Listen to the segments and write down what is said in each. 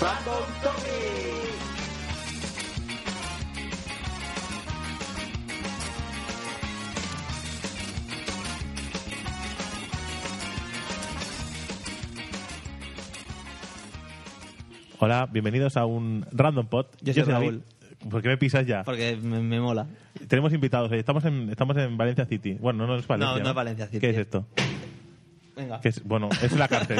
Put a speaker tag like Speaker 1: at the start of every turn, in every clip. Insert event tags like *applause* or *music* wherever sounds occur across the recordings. Speaker 1: Random Topic.
Speaker 2: Hola, bienvenidos a un Random Pot.
Speaker 3: Yo soy Raúl.
Speaker 2: ¿Por qué me pisas ya?
Speaker 3: Porque me, me mola.
Speaker 2: Tenemos invitados hoy. Estamos en, estamos en Valencia City. Bueno, no, no es Valencia.
Speaker 3: No, no es Valencia City.
Speaker 2: ¿Qué es esto?
Speaker 3: Venga.
Speaker 2: ¿Qué es? Bueno, es la
Speaker 3: *laughs*
Speaker 2: cárcel.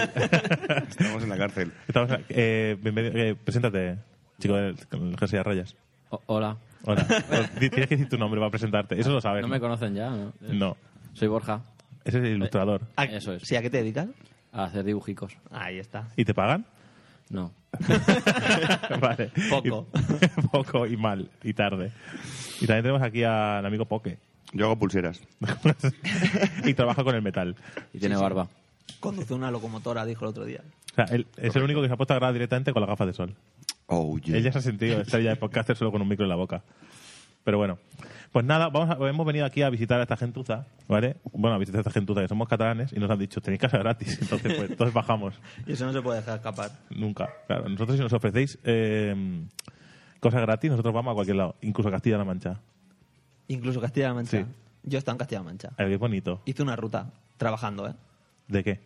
Speaker 4: Estamos en la cárcel.
Speaker 2: Estamos en la- eh, bienvenido- eh, preséntate, chico del con el jersey de rayas.
Speaker 5: O- hola.
Speaker 2: Hola. Pues, Di- Tienes que decir tu nombre para presentarte. Eso lo sabes.
Speaker 5: No me conocen ya, ¿no?
Speaker 2: No.
Speaker 5: Soy Borja,
Speaker 2: Ese es el ilustrador.
Speaker 3: ¿A-
Speaker 5: Eso es.
Speaker 3: ¿Sí, ¿A qué te dedicas?
Speaker 5: a hacer dibujicos.
Speaker 3: Ahí está.
Speaker 2: ¿Y te
Speaker 5: *laughs*
Speaker 2: pagan?
Speaker 5: No.
Speaker 2: vale.
Speaker 3: Poco.
Speaker 2: Y- *laughs* poco y mal. Y tarde. Y también tenemos aquí al amigo Poke.
Speaker 4: Yo hago pulseras.
Speaker 2: *laughs* y trabaja con el metal.
Speaker 5: Y tiene barba.
Speaker 3: Conduce una locomotora, dijo el otro día.
Speaker 2: O sea, él es el único que se ha puesto a grabar directamente con las gafas de sol.
Speaker 4: Oh, yeah.
Speaker 2: Él ya se ha sentido estrella de podcaster solo con un micro en la boca. Pero bueno, pues nada, vamos a- hemos venido aquí a visitar a esta gentuza, ¿vale? Bueno, a visitar a esta gentuza, que somos catalanes, y nos han dicho, tenéis casa gratis, entonces pues todos bajamos.
Speaker 3: Y eso no se puede dejar escapar.
Speaker 2: Nunca. Claro, nosotros si nos ofrecéis eh, cosas gratis, nosotros vamos a cualquier lado, incluso a Castilla-La Mancha.
Speaker 3: Incluso Castilla-La Mancha.
Speaker 2: Sí.
Speaker 3: Yo he estado en Castilla-La Mancha.
Speaker 2: Ay, qué bonito.
Speaker 3: Hice una ruta trabajando, ¿eh?
Speaker 2: ¿De qué?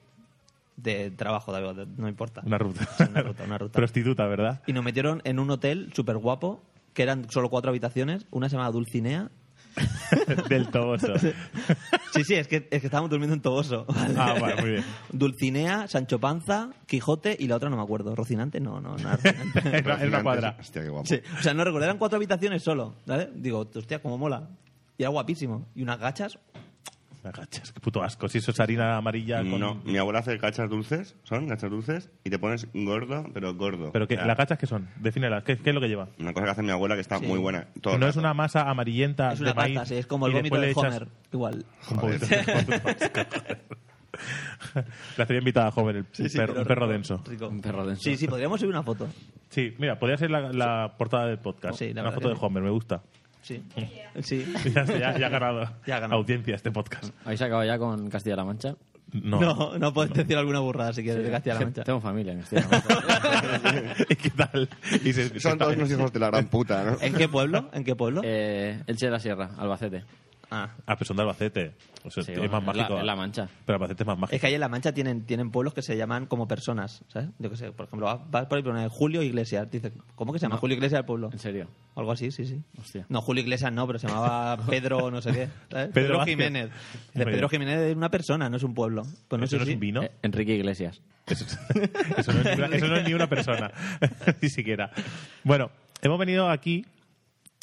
Speaker 3: De trabajo, David, de- no importa.
Speaker 2: Una ruta.
Speaker 3: Sí, una ruta, una *laughs*
Speaker 2: *laughs*
Speaker 3: ruta.
Speaker 2: Prostituta, ¿verdad?
Speaker 3: Y nos metieron en un hotel súper guapo, que eran solo cuatro habitaciones. Una se llamaba Dulcinea.
Speaker 2: Del Toboso.
Speaker 3: Sí, sí, es que, es que estábamos durmiendo en Toboso. ¿vale?
Speaker 2: Ah, vale, muy bien.
Speaker 3: Dulcinea, Sancho Panza, Quijote y la otra no me acuerdo. ¿Rocinante? No, no, no. era
Speaker 2: *laughs*
Speaker 3: Rocinante.
Speaker 2: en una- en una cuadra.
Speaker 4: Hostia, qué guapo.
Speaker 3: Sí, o sea, no recuerdo, eran cuatro habitaciones solo, ¿vale? Digo, hostia, cómo mola. Y era guapísimo. Y unas gachas,
Speaker 2: Me agachas, qué puto asco. Si eso es harina amarilla con...
Speaker 4: No, mi abuela hace gachas dulces, son gachas dulces, y te pones gordo, pero gordo.
Speaker 2: Pero que,
Speaker 4: O sea,
Speaker 2: ¿las gachas qué son? Defínelas. ¿Qué, ¿Qué es lo que lleva?
Speaker 4: Una cosa que hace mi abuela que está
Speaker 3: Sí.
Speaker 4: muy buena. Todo el
Speaker 2: no es
Speaker 4: rato.
Speaker 2: una masa amarillenta
Speaker 3: es una
Speaker 2: Ah, de maíz.
Speaker 3: pasta, sí, es como el
Speaker 2: y
Speaker 3: vómito de
Speaker 2: después le
Speaker 3: Homer, igual.
Speaker 2: echas- *laughs*
Speaker 4: *laughs*
Speaker 2: La tenía invitada a Homer, el
Speaker 3: Sí, sí,
Speaker 2: perro,
Speaker 3: pero
Speaker 2: un perro
Speaker 3: rico,
Speaker 2: denso.
Speaker 3: rico.
Speaker 5: Un perro denso.
Speaker 3: Sí, sí, podríamos subir una foto.
Speaker 2: Sí, mira, podría ser la, la portada del podcast.
Speaker 3: Sí,
Speaker 2: una
Speaker 3: la verdad
Speaker 2: foto
Speaker 3: que
Speaker 2: de
Speaker 3: sí.
Speaker 2: Homer, me gusta. *laughs*
Speaker 3: Sí. Sí.
Speaker 2: Ya, ya- ya ha ganado
Speaker 3: Ya ha ganado.
Speaker 2: audiencia este podcast.
Speaker 5: ¿Habéis acabado ya con Castilla-La Mancha?
Speaker 2: *laughs* No.
Speaker 3: No, no, puedes decir alguna burrada si quieres de Castilla-La Mancha.
Speaker 5: Tengo familia en Castilla-La
Speaker 2: *laughs*
Speaker 5: Mancha. *laughs*
Speaker 2: ¿Y qué tal? Y
Speaker 4: *laughs*
Speaker 2: se-
Speaker 4: Son todos unos hijos de la gran puta, ¿no?
Speaker 3: ¿En qué pueblo? ¿En qué pueblo?
Speaker 5: Eh, Elche de la Sierra, Albacete.
Speaker 3: Ah.
Speaker 2: Ah, pero son de Albacete. O sea,
Speaker 5: Sí,
Speaker 2: es
Speaker 5: bueno,
Speaker 2: más
Speaker 5: es
Speaker 2: mágico.
Speaker 5: la- es la Mancha.
Speaker 2: Pero Albacete es más mágico.
Speaker 3: Es que ahí en La Mancha tienen, tienen pueblos que se llaman como personas, ¿sabes? Yo qué sé, por ejemplo, vas- vas por ahí por una de Julio Iglesias. Dices, ¿cómo que se llama Julio Iglesias el pueblo?
Speaker 5: En serio.
Speaker 3: O algo así, sí, sí.
Speaker 5: Hostia.
Speaker 3: No, Julio Iglesias no, pero se llamaba
Speaker 2: *laughs*
Speaker 3: Pedro no sé qué. ¿sabes?
Speaker 2: Pedro Vázquez.
Speaker 3: Jiménez.
Speaker 2: Hombre.
Speaker 3: Pedro Jiménez es una persona, no es un pueblo. Pues no
Speaker 2: ¿Eso
Speaker 3: sé
Speaker 2: no es
Speaker 3: si-
Speaker 2: un vino?
Speaker 5: Eh, Enrique Iglesias.
Speaker 2: Eso, eso no es ni una, eso no es ni una persona, *laughs* ni siquiera. Bueno, hemos venido aquí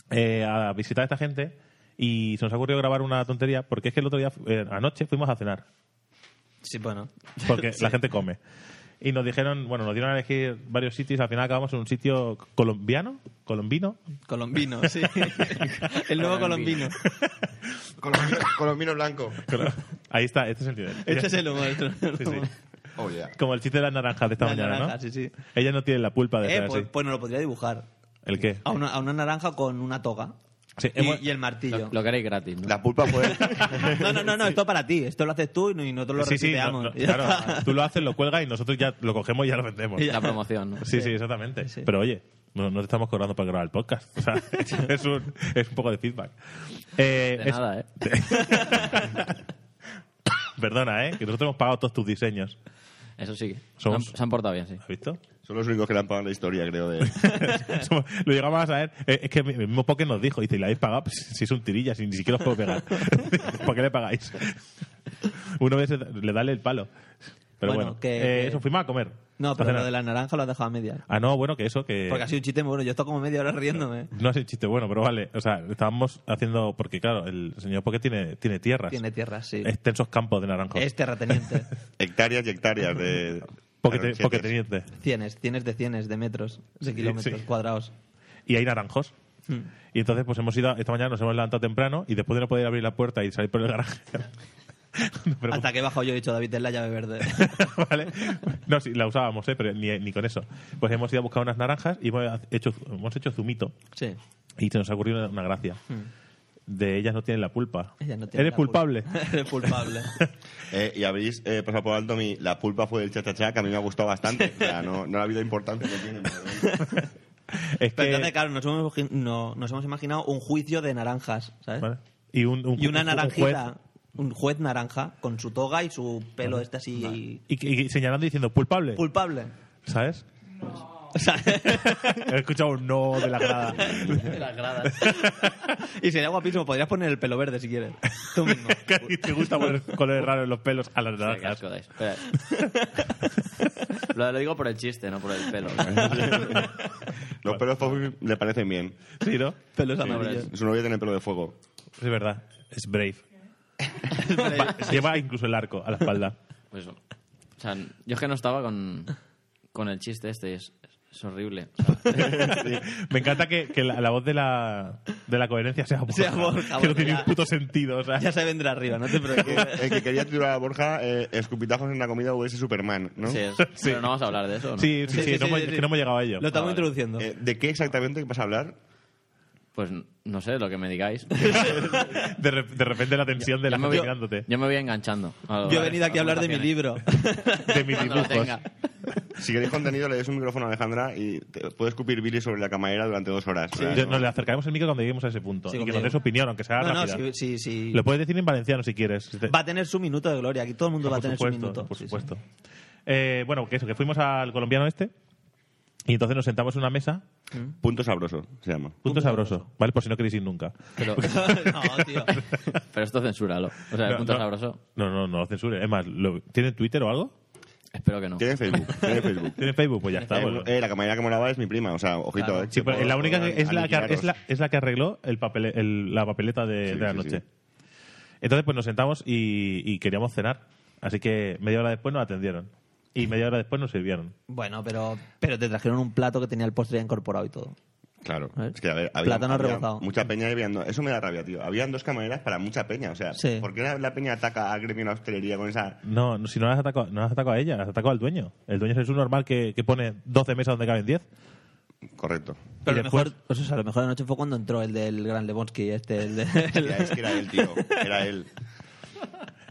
Speaker 2: eh, a visitar a esta gente y se nos ha ocurrido grabar una tontería porque es que el otro día, fu- eh, anoche, fuimos a cenar
Speaker 3: Sí, bueno. *laughs*
Speaker 2: porque la gente come. Y nos dijeron, bueno, nos dieron a elegir varios sitios, al final acabamos en un sitio colombiano, colombino,
Speaker 3: Colombino,
Speaker 2: *laughs*
Speaker 3: sí. El nuevo colombino.
Speaker 5: Colombino.
Speaker 4: Colombino, colombino blanco.
Speaker 3: *laughs*
Speaker 2: colo- ahí está, este es el nivel.
Speaker 3: Este es el humor. este es el
Speaker 2: Sí,
Speaker 3: humor.
Speaker 2: sí.
Speaker 4: Oh, yeah.
Speaker 2: Como el chiste de las naranjas de esta
Speaker 3: La
Speaker 2: mañana,
Speaker 3: naranja,
Speaker 2: ¿no?
Speaker 3: sí, sí.
Speaker 2: Ella no tiene la pulpa de
Speaker 3: Eh,
Speaker 2: ser
Speaker 3: pues,
Speaker 2: así.
Speaker 3: pues nos lo podría dibujar.
Speaker 2: ¿El qué?
Speaker 3: A una, a una naranja con una toga.
Speaker 2: Sí,
Speaker 3: Y,
Speaker 2: hemos-
Speaker 3: y el martillo.
Speaker 5: Lo queréis gratis, ¿no?
Speaker 4: La pulpa fue...
Speaker 3: *laughs* No, no, no, no, esto para ti. Esto lo haces tú y nosotros lo
Speaker 2: sí, sí, no,
Speaker 3: retuiteamos.
Speaker 2: no,
Speaker 3: Y *laughs* ya
Speaker 2: claro,
Speaker 3: está.
Speaker 2: tú lo haces, lo cuelgas y nosotros ya lo cogemos y ya lo vendemos.
Speaker 5: La promoción, ¿no?
Speaker 2: Sí, sí, exactamente.
Speaker 3: Sí.
Speaker 2: Pero oye, no, no te estamos cobrando para grabar el podcast.
Speaker 3: *laughs*
Speaker 2: O sea, es, un, es un poco de feedback. Eh,
Speaker 5: De
Speaker 2: es-
Speaker 5: nada, ¿eh?
Speaker 2: *laughs* Perdona, ¿eh? Que nosotros hemos pagado todos tus diseños.
Speaker 5: Eso sí.
Speaker 2: Somos-
Speaker 5: Se han- Se han portado bien, sí.
Speaker 2: ¿Has
Speaker 3: *laughs*
Speaker 2: visto?
Speaker 4: *laughs* Son los únicos que le han pagado la historia,
Speaker 2: *laughs*
Speaker 4: creo. De...
Speaker 2: Somos- lo llegamos a saber. Eh, Es que el mismo Poké nos dijo, dice, ¿y la habéis pagado? Pues, si es un tirilla, si ni siquiera os puedo pegar. *laughs* ¿Por qué le pagáis? Uno vez le dale el palo. Pero bueno,
Speaker 3: Bueno, que-
Speaker 2: eh,
Speaker 3: que-
Speaker 2: eso, fuimos a comer.
Speaker 3: No,
Speaker 2: A
Speaker 3: pero
Speaker 2: cenar.
Speaker 3: lo de la naranja lo has dejado a medias.
Speaker 2: Ah, no, bueno, que eso, que...
Speaker 3: Porque ha sido un chiste muy bueno. Yo estoy como media hora riéndome.
Speaker 2: No es un chiste bueno, pero vale. O sea, estábamos haciendo. Porque, claro, el señor Poké tiene, tiene tierras.
Speaker 3: Tiene tierras, sí.
Speaker 2: Extensos campos de naranjos.
Speaker 3: Es
Speaker 2: *laughs*
Speaker 3: terrateniente.
Speaker 4: Hectáreas y hectáreas de...
Speaker 2: Porque, te-
Speaker 4: de
Speaker 2: porque teniente.
Speaker 3: Cienes, cienes de cienes de metros, de
Speaker 2: Sí,
Speaker 3: kilómetros
Speaker 2: sí.
Speaker 3: cuadrados. Hmm.
Speaker 2: Y hay naranjos. Y entonces, pues hemos ido. Esta mañana nos hemos levantado temprano y después de no poder abrir la puerta y salir por el garaje. *laughs* nos preocupa-
Speaker 3: Hasta que he bajado yo y he dicho, David, es la
Speaker 2: *laughs*
Speaker 3: llave verde.
Speaker 2: ¿Vale? No, sí, la usábamos, ¿eh? pero ni, ni con eso. Pues hemos ido a buscar unas naranjas y hemos hecho, hemos hecho zumito.
Speaker 3: sí.
Speaker 2: Y se nos ha ocurrido una, una gracia. de ellas no tienen la culpa.
Speaker 3: Ella Hmm. no tiene
Speaker 2: Eres
Speaker 3: la culpa.
Speaker 2: culpable.
Speaker 3: *laughs*
Speaker 2: *laughs*
Speaker 3: Eres culpable.
Speaker 4: Eh, y habéis eh, pasado por alto mi La pulpa fue del chachachá, que a mí me ha gustado bastante. O sea, no, no ha habido importancia que tiene. pero
Speaker 2: *laughs*
Speaker 4: bueno.
Speaker 2: Es
Speaker 3: Pero
Speaker 2: que-
Speaker 3: entonces, claro, nos hemos, imagi- no- nos hemos imaginado un juicio de naranjas, ¿sabes?
Speaker 2: Vale. Y, un- un-
Speaker 3: Y una
Speaker 2: un- un
Speaker 3: naranjita,
Speaker 2: juez-
Speaker 3: un juez, naranja, con su toga y su pelo este así
Speaker 2: y, y señalando y diciendo, culpable.
Speaker 3: culpable.
Speaker 2: ¿Sabes?
Speaker 3: O sea,
Speaker 2: *laughs*
Speaker 3: *laughs*
Speaker 2: He escuchado un no de la *laughs* grada.
Speaker 5: De *laughs* las gradas.
Speaker 3: y sería guapísimo, podrías poner el pelo verde si quieres.
Speaker 2: *laughs*
Speaker 3: Tú mismo.
Speaker 2: Casi te gusta poner colores raros en los pelos a las
Speaker 5: *laughs* Qué
Speaker 2: naranjas.
Speaker 5: asco dais. Espera. Lo, lo digo por el chiste, no por el pelo.
Speaker 4: Los pelos Fofi le parecen bien.
Speaker 2: Sí, ¿no?
Speaker 3: Pelos
Speaker 5: Sí,
Speaker 3: amarillos.
Speaker 4: Su novia tiene pelo de fuego.
Speaker 2: Es verdad. Es
Speaker 3: *laughs*
Speaker 2: brave. Va, Lleva incluso el arco a la espalda.
Speaker 5: Pues eso. O sea, yo es que no estaba con, con el chiste este, es, es horrible. O sea,
Speaker 2: Me encanta que, que la, la voz de la, de la coherencia sea Borja.
Speaker 3: Sea Borja,
Speaker 2: *laughs* que no tiene
Speaker 3: ya.
Speaker 2: un puto sentido. O sea,
Speaker 3: Ya se vendrá arriba, no te preocupes.
Speaker 4: El que quería titular a Borja, eh, escupitajos en la comida o ese Superman, ¿no?
Speaker 5: sí, es-
Speaker 2: Sí.
Speaker 5: Pero no vamos a hablar de eso, ¿no?
Speaker 2: sí, sí, sí,
Speaker 3: Sí, sí,
Speaker 2: no
Speaker 3: sí,
Speaker 2: hemos-
Speaker 3: sí,
Speaker 2: es
Speaker 3: sí.
Speaker 2: que no hemos llegado a ello.
Speaker 3: Lo estamos
Speaker 5: vale.
Speaker 3: introduciendo.
Speaker 4: Eh, ¿De qué exactamente vas a hablar?
Speaker 5: Pues no sé, lo que me digáis.
Speaker 2: De, re- de repente la tensión de la
Speaker 5: yo, me
Speaker 2: gente
Speaker 5: voy,
Speaker 3: *laughs*
Speaker 2: mirándote.
Speaker 5: yo me voy enganchando. a lo-
Speaker 3: Yo he venido aquí a hablar de mi
Speaker 5: conversaciones.
Speaker 3: libro.
Speaker 2: *laughs* De
Speaker 5: *laughs*
Speaker 2: mis
Speaker 5: Cuando lo
Speaker 2: dibujos.
Speaker 5: tenga.
Speaker 4: Si queréis contenido, le des un micrófono a Alejandra y te- puedes escupir Billy sobre la camarera durante dos horas. O sea,
Speaker 2: Yo-
Speaker 4: ¿no?
Speaker 2: Nos le acercaremos el micro cuando lleguemos a ese punto.
Speaker 3: Sí,
Speaker 2: y que
Speaker 3: conmigo.
Speaker 2: nos dé su opinión, aunque sea
Speaker 3: No, no,
Speaker 2: rápida.
Speaker 3: sí, sí, sí.
Speaker 2: Lo puedes decir en valenciano si quieres. Si te-
Speaker 3: Va a tener su minuto de gloria, aquí todo el mundo va a tener
Speaker 2: supuesto,
Speaker 3: su minuto.
Speaker 2: Por
Speaker 3: Sí, sí.
Speaker 2: supuesto. Eh, bueno, que eso, que fuimos al colombiano este y entonces nos sentamos en una mesa,
Speaker 4: Punto sabroso se llama.
Speaker 2: punto, sabroso, ¿vale? Por si no queréis ir nunca.
Speaker 3: *laughs*
Speaker 5: Pero,
Speaker 3: no, tío.
Speaker 5: pero esto censúralo. O sea, el
Speaker 2: No,
Speaker 5: punto
Speaker 2: no.
Speaker 5: sabroso,
Speaker 2: No, no, no lo censuren. Es más, lo- ¿tienen Twitter o algo?
Speaker 5: espero que no.
Speaker 4: Tiene Facebook. Tiene Facebook.
Speaker 2: ¿Tienen Facebook? Pues ya *laughs* está.
Speaker 4: Eh,
Speaker 2: bueno.
Speaker 4: eh, la camarera que moraba es mi prima, o sea, ojito.
Speaker 5: Claro.
Speaker 4: eh,
Speaker 2: Sí, pero
Speaker 4: chicos,
Speaker 2: es la única que,
Speaker 4: podrán
Speaker 2: es, la que,
Speaker 4: aniquilaros.
Speaker 2: es, la, es la que arregló el papel, el- la papeleta de,
Speaker 4: Sí,
Speaker 2: de la
Speaker 4: sí,
Speaker 2: noche.
Speaker 4: sí.
Speaker 2: Entonces, pues nos sentamos y, y queríamos cenar. Así que media hora después nos atendieron. Y media hora después nos sirvieron.
Speaker 3: Bueno, pero, pero te trajeron un plato que tenía el postre ya incorporado y todo.
Speaker 4: Claro,
Speaker 3: ¿Eh?
Speaker 4: es que a ver, había,
Speaker 3: Plátano
Speaker 4: había
Speaker 3: rebozado.
Speaker 4: mucha peña y habían do- Eso me da rabia, tío. Habían dos camareras para mucha peña, o sea,
Speaker 3: Sí.
Speaker 4: ¿por qué la, la peña ataca al gremio de la hostelería con esa...?
Speaker 2: No, no, si no las atacó, no las atacó a ella, las atacó al dueño. El dueño es el subnormal que, que pone 12 mesas donde caben 10.
Speaker 4: Correcto.
Speaker 3: Pero
Speaker 2: Y
Speaker 3: a lo
Speaker 2: después-
Speaker 3: mejor, o sea, a lo mejor anoche fue cuando entró el del Gran Lebowski, este,
Speaker 2: *laughs*
Speaker 3: el de-
Speaker 4: Ya, es que era él, tío. Era él.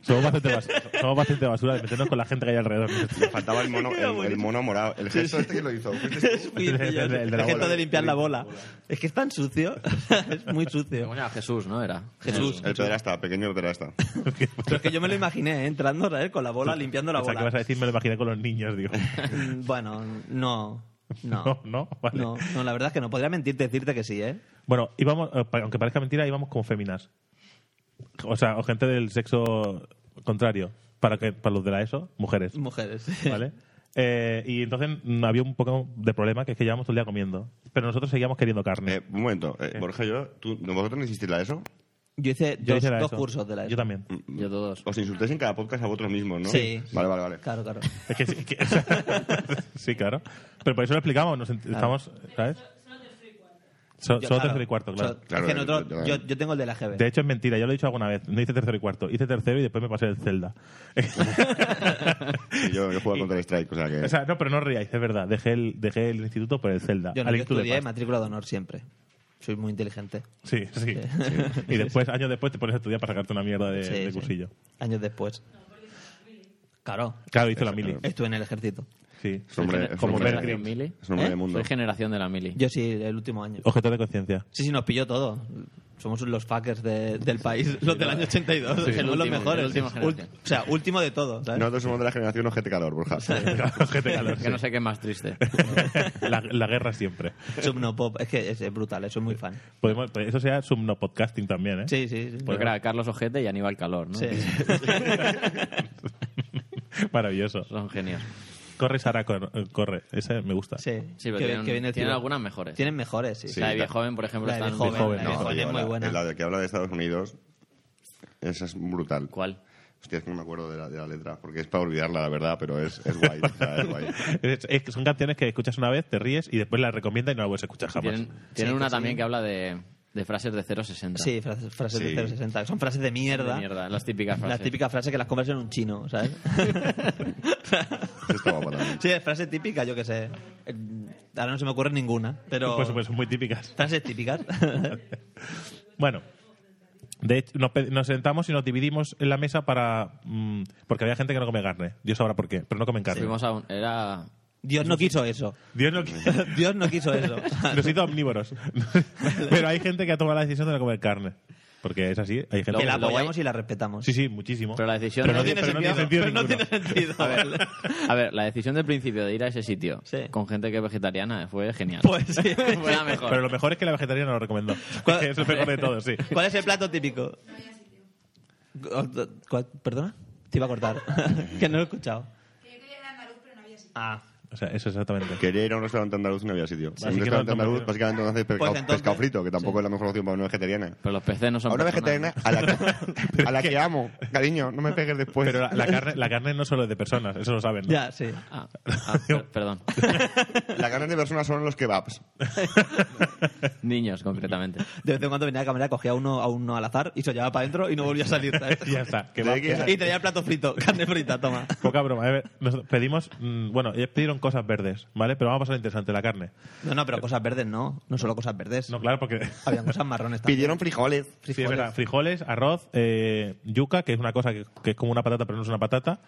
Speaker 2: Somos bastante, bas- *laughs* somos bastante basura de meternos con la gente que hay alrededor. nuestro.
Speaker 4: Le faltaba
Speaker 3: *laughs*
Speaker 4: el mono, el, el mono morado. El gesto este que lo hizo. fuiste tú.
Speaker 3: Fui yo,
Speaker 2: El de- el de- el de la
Speaker 3: el gesto
Speaker 2: bola.
Speaker 3: de limpiar la bola. Es que es tan sucio, *laughs* es muy sucio.
Speaker 5: ¿Cómo era? Jesús, ¿no? Era.
Speaker 3: Jesús.
Speaker 4: El pederasta, pequeño pederasta.
Speaker 3: Pero es que yo me lo imaginé, ¿eh? entrando ¿sabes? con la bola, limpiando la
Speaker 2: O sea, ¿qué vas a
Speaker 3: bola.
Speaker 2: decir? Me lo imaginé con los niños,
Speaker 3: *laughs*
Speaker 2: digo.
Speaker 3: Mm, Bueno, no, no.
Speaker 2: *laughs* No, no, vale.
Speaker 3: No, no, la verdad es que no. Podría mentirte decirte que sí, ¿eh?
Speaker 2: Bueno, íbamos, eh, pa- aunque parezca mentira, íbamos como féminas. O sea, o gente del sexo contrario. Para, que, para los de la ESO, mujeres.
Speaker 3: Mujeres.
Speaker 2: ¿Vale? Eh, y entonces mm, había un poco de problema, que es que llevábamos todo el día comiendo. Pero nosotros seguíamos queriendo carne.
Speaker 4: Eh, un momento, eh, Borja, yo, tú, ¿vosotros no hicisteis la ESO?
Speaker 3: Yo hice
Speaker 2: Yo
Speaker 3: dos,
Speaker 2: hice la
Speaker 3: dos
Speaker 2: ESO.
Speaker 3: cursos de la ESO. Mm.
Speaker 2: Yo también.
Speaker 5: Yo todos.
Speaker 4: Os insultáis en cada podcast a vosotros mismos, ¿no?
Speaker 3: Sí.
Speaker 4: Vale, vale, vale.
Speaker 2: *laughs*
Speaker 3: Claro, claro.
Speaker 2: Es que, sí, que- *laughs* sí, claro. Pero por eso lo explicamos. Nos ent- estamos, ¿sabes? So-
Speaker 3: Yo,
Speaker 2: Solo
Speaker 3: claro,
Speaker 2: tercero y cuarto, claro.
Speaker 3: so-
Speaker 4: Claro,
Speaker 3: es que nosotros-
Speaker 4: yo- yo-
Speaker 3: yo, yo tengo el de la GB.
Speaker 2: De hecho, es mentira, ya lo he dicho alguna vez. No hice tercero y cuarto, hice tercero y después me pasé el Zelda. *laughs*
Speaker 4: Sí, yo, yo juego contra Strike, o sea que...
Speaker 2: o sea, no, pero no os riáis, es verdad. Dejé el, dejé el instituto por el Zelda.
Speaker 3: yo no,
Speaker 2: Al
Speaker 3: yo
Speaker 2: Link to the
Speaker 3: estudié
Speaker 2: Past.
Speaker 3: matrícula de honor siempre. Soy muy inteligente.
Speaker 2: Sí, sí. sí. Y después, años después, te pones a estudiar para sacarte una mierda de,
Speaker 3: Sí,
Speaker 2: de
Speaker 3: sí.
Speaker 2: cursillo.
Speaker 3: Años después. Claro,
Speaker 2: Claro, hizo la mili.
Speaker 3: estuve en el ejército.
Speaker 2: Sí.
Speaker 4: Es hombre- es
Speaker 2: Como
Speaker 4: hombre-
Speaker 2: Bear Grylls.
Speaker 5: mili. ¿Eh?
Speaker 4: Es hombre de mundo.
Speaker 5: Soy generación de la mili. *laughs*
Speaker 3: Yo sí, el último año.
Speaker 2: Objetor de
Speaker 3: *laughs*
Speaker 2: conciencia.
Speaker 3: Sí, sí, nos pilló todo. Somos los fuckers de- del país, los del año 82.
Speaker 5: Sí.
Speaker 3: Somos
Speaker 5: El
Speaker 3: los
Speaker 5: último,
Speaker 3: mejores.
Speaker 5: el último
Speaker 3: Ul-
Speaker 5: generación.
Speaker 3: o sea, último de todo, ¿sabes?
Speaker 4: Nosotros somos de la generación Ojete Calor, Borja.
Speaker 2: Ojete calor,
Speaker 5: que
Speaker 2: sí.
Speaker 5: no sé qué es
Speaker 3: *laughs*
Speaker 5: más triste.
Speaker 2: *laughs* la, la guerra siempre.
Speaker 3: Subnopop. Es que es, es brutal, eh, soy muy fan.
Speaker 2: Podemos, pues eso sea subnopodcasting también, ¿eh?
Speaker 3: Sí, sí, sí.
Speaker 5: Porque era Carlos Ojete y Aníbal Calor, ¿no?
Speaker 3: Sí.
Speaker 2: Maravilloso.
Speaker 5: *laughs* Son genios.
Speaker 2: Corre, Sara, cor- corre. Ese me gusta.
Speaker 3: *laughs* Sí.
Speaker 5: Sí, pero
Speaker 3: Que-
Speaker 5: tienen,
Speaker 3: que viene el
Speaker 5: tienen
Speaker 3: tío.
Speaker 5: algunas mejores.
Speaker 3: Tienen mejores, sí.
Speaker 5: O sea, de viejo joven, por ejemplo,
Speaker 3: La de
Speaker 5: están...
Speaker 3: Viejoven,
Speaker 2: Viejoven,
Speaker 3: la
Speaker 2: no,
Speaker 3: Viejoven
Speaker 4: tío,
Speaker 3: es muy
Speaker 4: la-
Speaker 3: buena.
Speaker 4: La de que habla de Estados Unidos, esa es brutal.
Speaker 5: ¿Cuál?
Speaker 4: Hostia, es que no me acuerdo de la, de la letra, porque es para olvidarla, la verdad, pero es, es guay. o sea, es guay.
Speaker 2: Es- es que son canciones que escuchas una vez, te ríes y después las recomiendas y no las vuelves a escuchar jamás.
Speaker 5: Tienen, tienen
Speaker 3: Sí,
Speaker 5: una
Speaker 3: sí.
Speaker 5: también que habla de, de frases de 0,60.
Speaker 3: Sí, frases, frases de
Speaker 4: Sí.
Speaker 3: 060. Son frases de
Speaker 5: De
Speaker 3: mierda.
Speaker 5: mierda, las típicas frases.
Speaker 3: La típica frase que las compras en un chino, ¿sabes?
Speaker 4: Eso está guapo también.
Speaker 3: sí, es frase típica, yo qué sé. Eh, Ahora no se me ocurre ninguna, pero...
Speaker 2: Pues, pues, son muy típicas.
Speaker 3: Frases típicas.
Speaker 2: Bueno, De hecho, nos, pe- nos sentamos y nos dividimos en la mesa para. mm, porque había gente que no come carne. Dios sabrá por qué, pero no comen carne.
Speaker 5: Fuimos a un- Era...
Speaker 3: Dios no quiso eso. *laughs*
Speaker 2: Dios no quiere-
Speaker 3: Dios no quiso eso.
Speaker 2: Nos hizo omnívoros. pero hay gente que ha tomado la decisión de no comer carne. Porque es así. Hay gente
Speaker 3: Que
Speaker 2: que
Speaker 3: la
Speaker 5: Lo- lo
Speaker 3: apoyamos
Speaker 5: guay-
Speaker 3: y la respetamos.
Speaker 2: Sí, sí, muchísimo.
Speaker 5: Pero la decisión...
Speaker 2: Pero no
Speaker 5: de-
Speaker 2: tiene sentido.
Speaker 3: Pero no
Speaker 2: ninguno.
Speaker 3: tiene sentido.
Speaker 5: A ver, a ver, la decisión del principio de ir a ese sitio
Speaker 3: Sí.
Speaker 5: con gente que es vegetariana fue genial.
Speaker 3: *laughs* Pues sí.
Speaker 5: *laughs* fue la mejor.
Speaker 2: Pero lo mejor es que la vegetariana lo recomendó. *laughs*
Speaker 3: ¿Cuál-
Speaker 2: es el mejor de todos, sí.
Speaker 3: ¿Cuál es el plato típico? ¿Cuál- ¿Perdona? Te iba a cortar. *laughs* que no lo he escuchado.
Speaker 6: Que yo quería ir a andaluz, pero no había sitio.
Speaker 3: Ah,
Speaker 2: O sea, eso exactamente.
Speaker 4: Quería ir a un restaurante andaluz y no había sitio.
Speaker 2: Sí,
Speaker 4: un
Speaker 2: que no
Speaker 4: restaurante
Speaker 2: toman
Speaker 4: andaluz,
Speaker 2: dinero.
Speaker 4: básicamente no haces pescado,
Speaker 3: Pues entonces-
Speaker 4: pescado frito, que tampoco es la mejor opción para una vegetariana.
Speaker 5: Pero los peces no son
Speaker 4: A una vegetariana
Speaker 5: personas.
Speaker 4: a la, *laughs* que, a la que amo. Cariño, no me pegues después.
Speaker 2: Pero la, la carne, la carne no solo es de personas, eso lo saben. ¿no? *laughs*
Speaker 3: ya, sí.
Speaker 5: Ah, ah, per- perdón.
Speaker 4: La carne de personas son los kebabs.
Speaker 5: Niños, concretamente.
Speaker 3: De vez en cuando venía a cámara, cogía uno a uno al azar y se lo llevaba para adentro y no volvía a salir. ¿sabes?
Speaker 2: Y *laughs* ya está. Que
Speaker 4: De
Speaker 2: va-
Speaker 4: aquí-
Speaker 2: que-
Speaker 3: y traía el plato frito, carne frita, toma.
Speaker 2: Poca broma. A ver, nos pedimos. mm, bueno, ellos pidieron cosas verdes, ¿vale? Pero vamos a pasar lo interesante, la carne.
Speaker 3: No, no, pero cosas verdes no. No solo cosas verdes.
Speaker 2: No, claro, porque.
Speaker 3: Habían cosas marrones también.
Speaker 4: Pidieron frijoles.
Speaker 2: Sí, es verdad. Frijoles, arroz, eh, yuca, que es una cosa que, que es como una patata, pero no es una patata.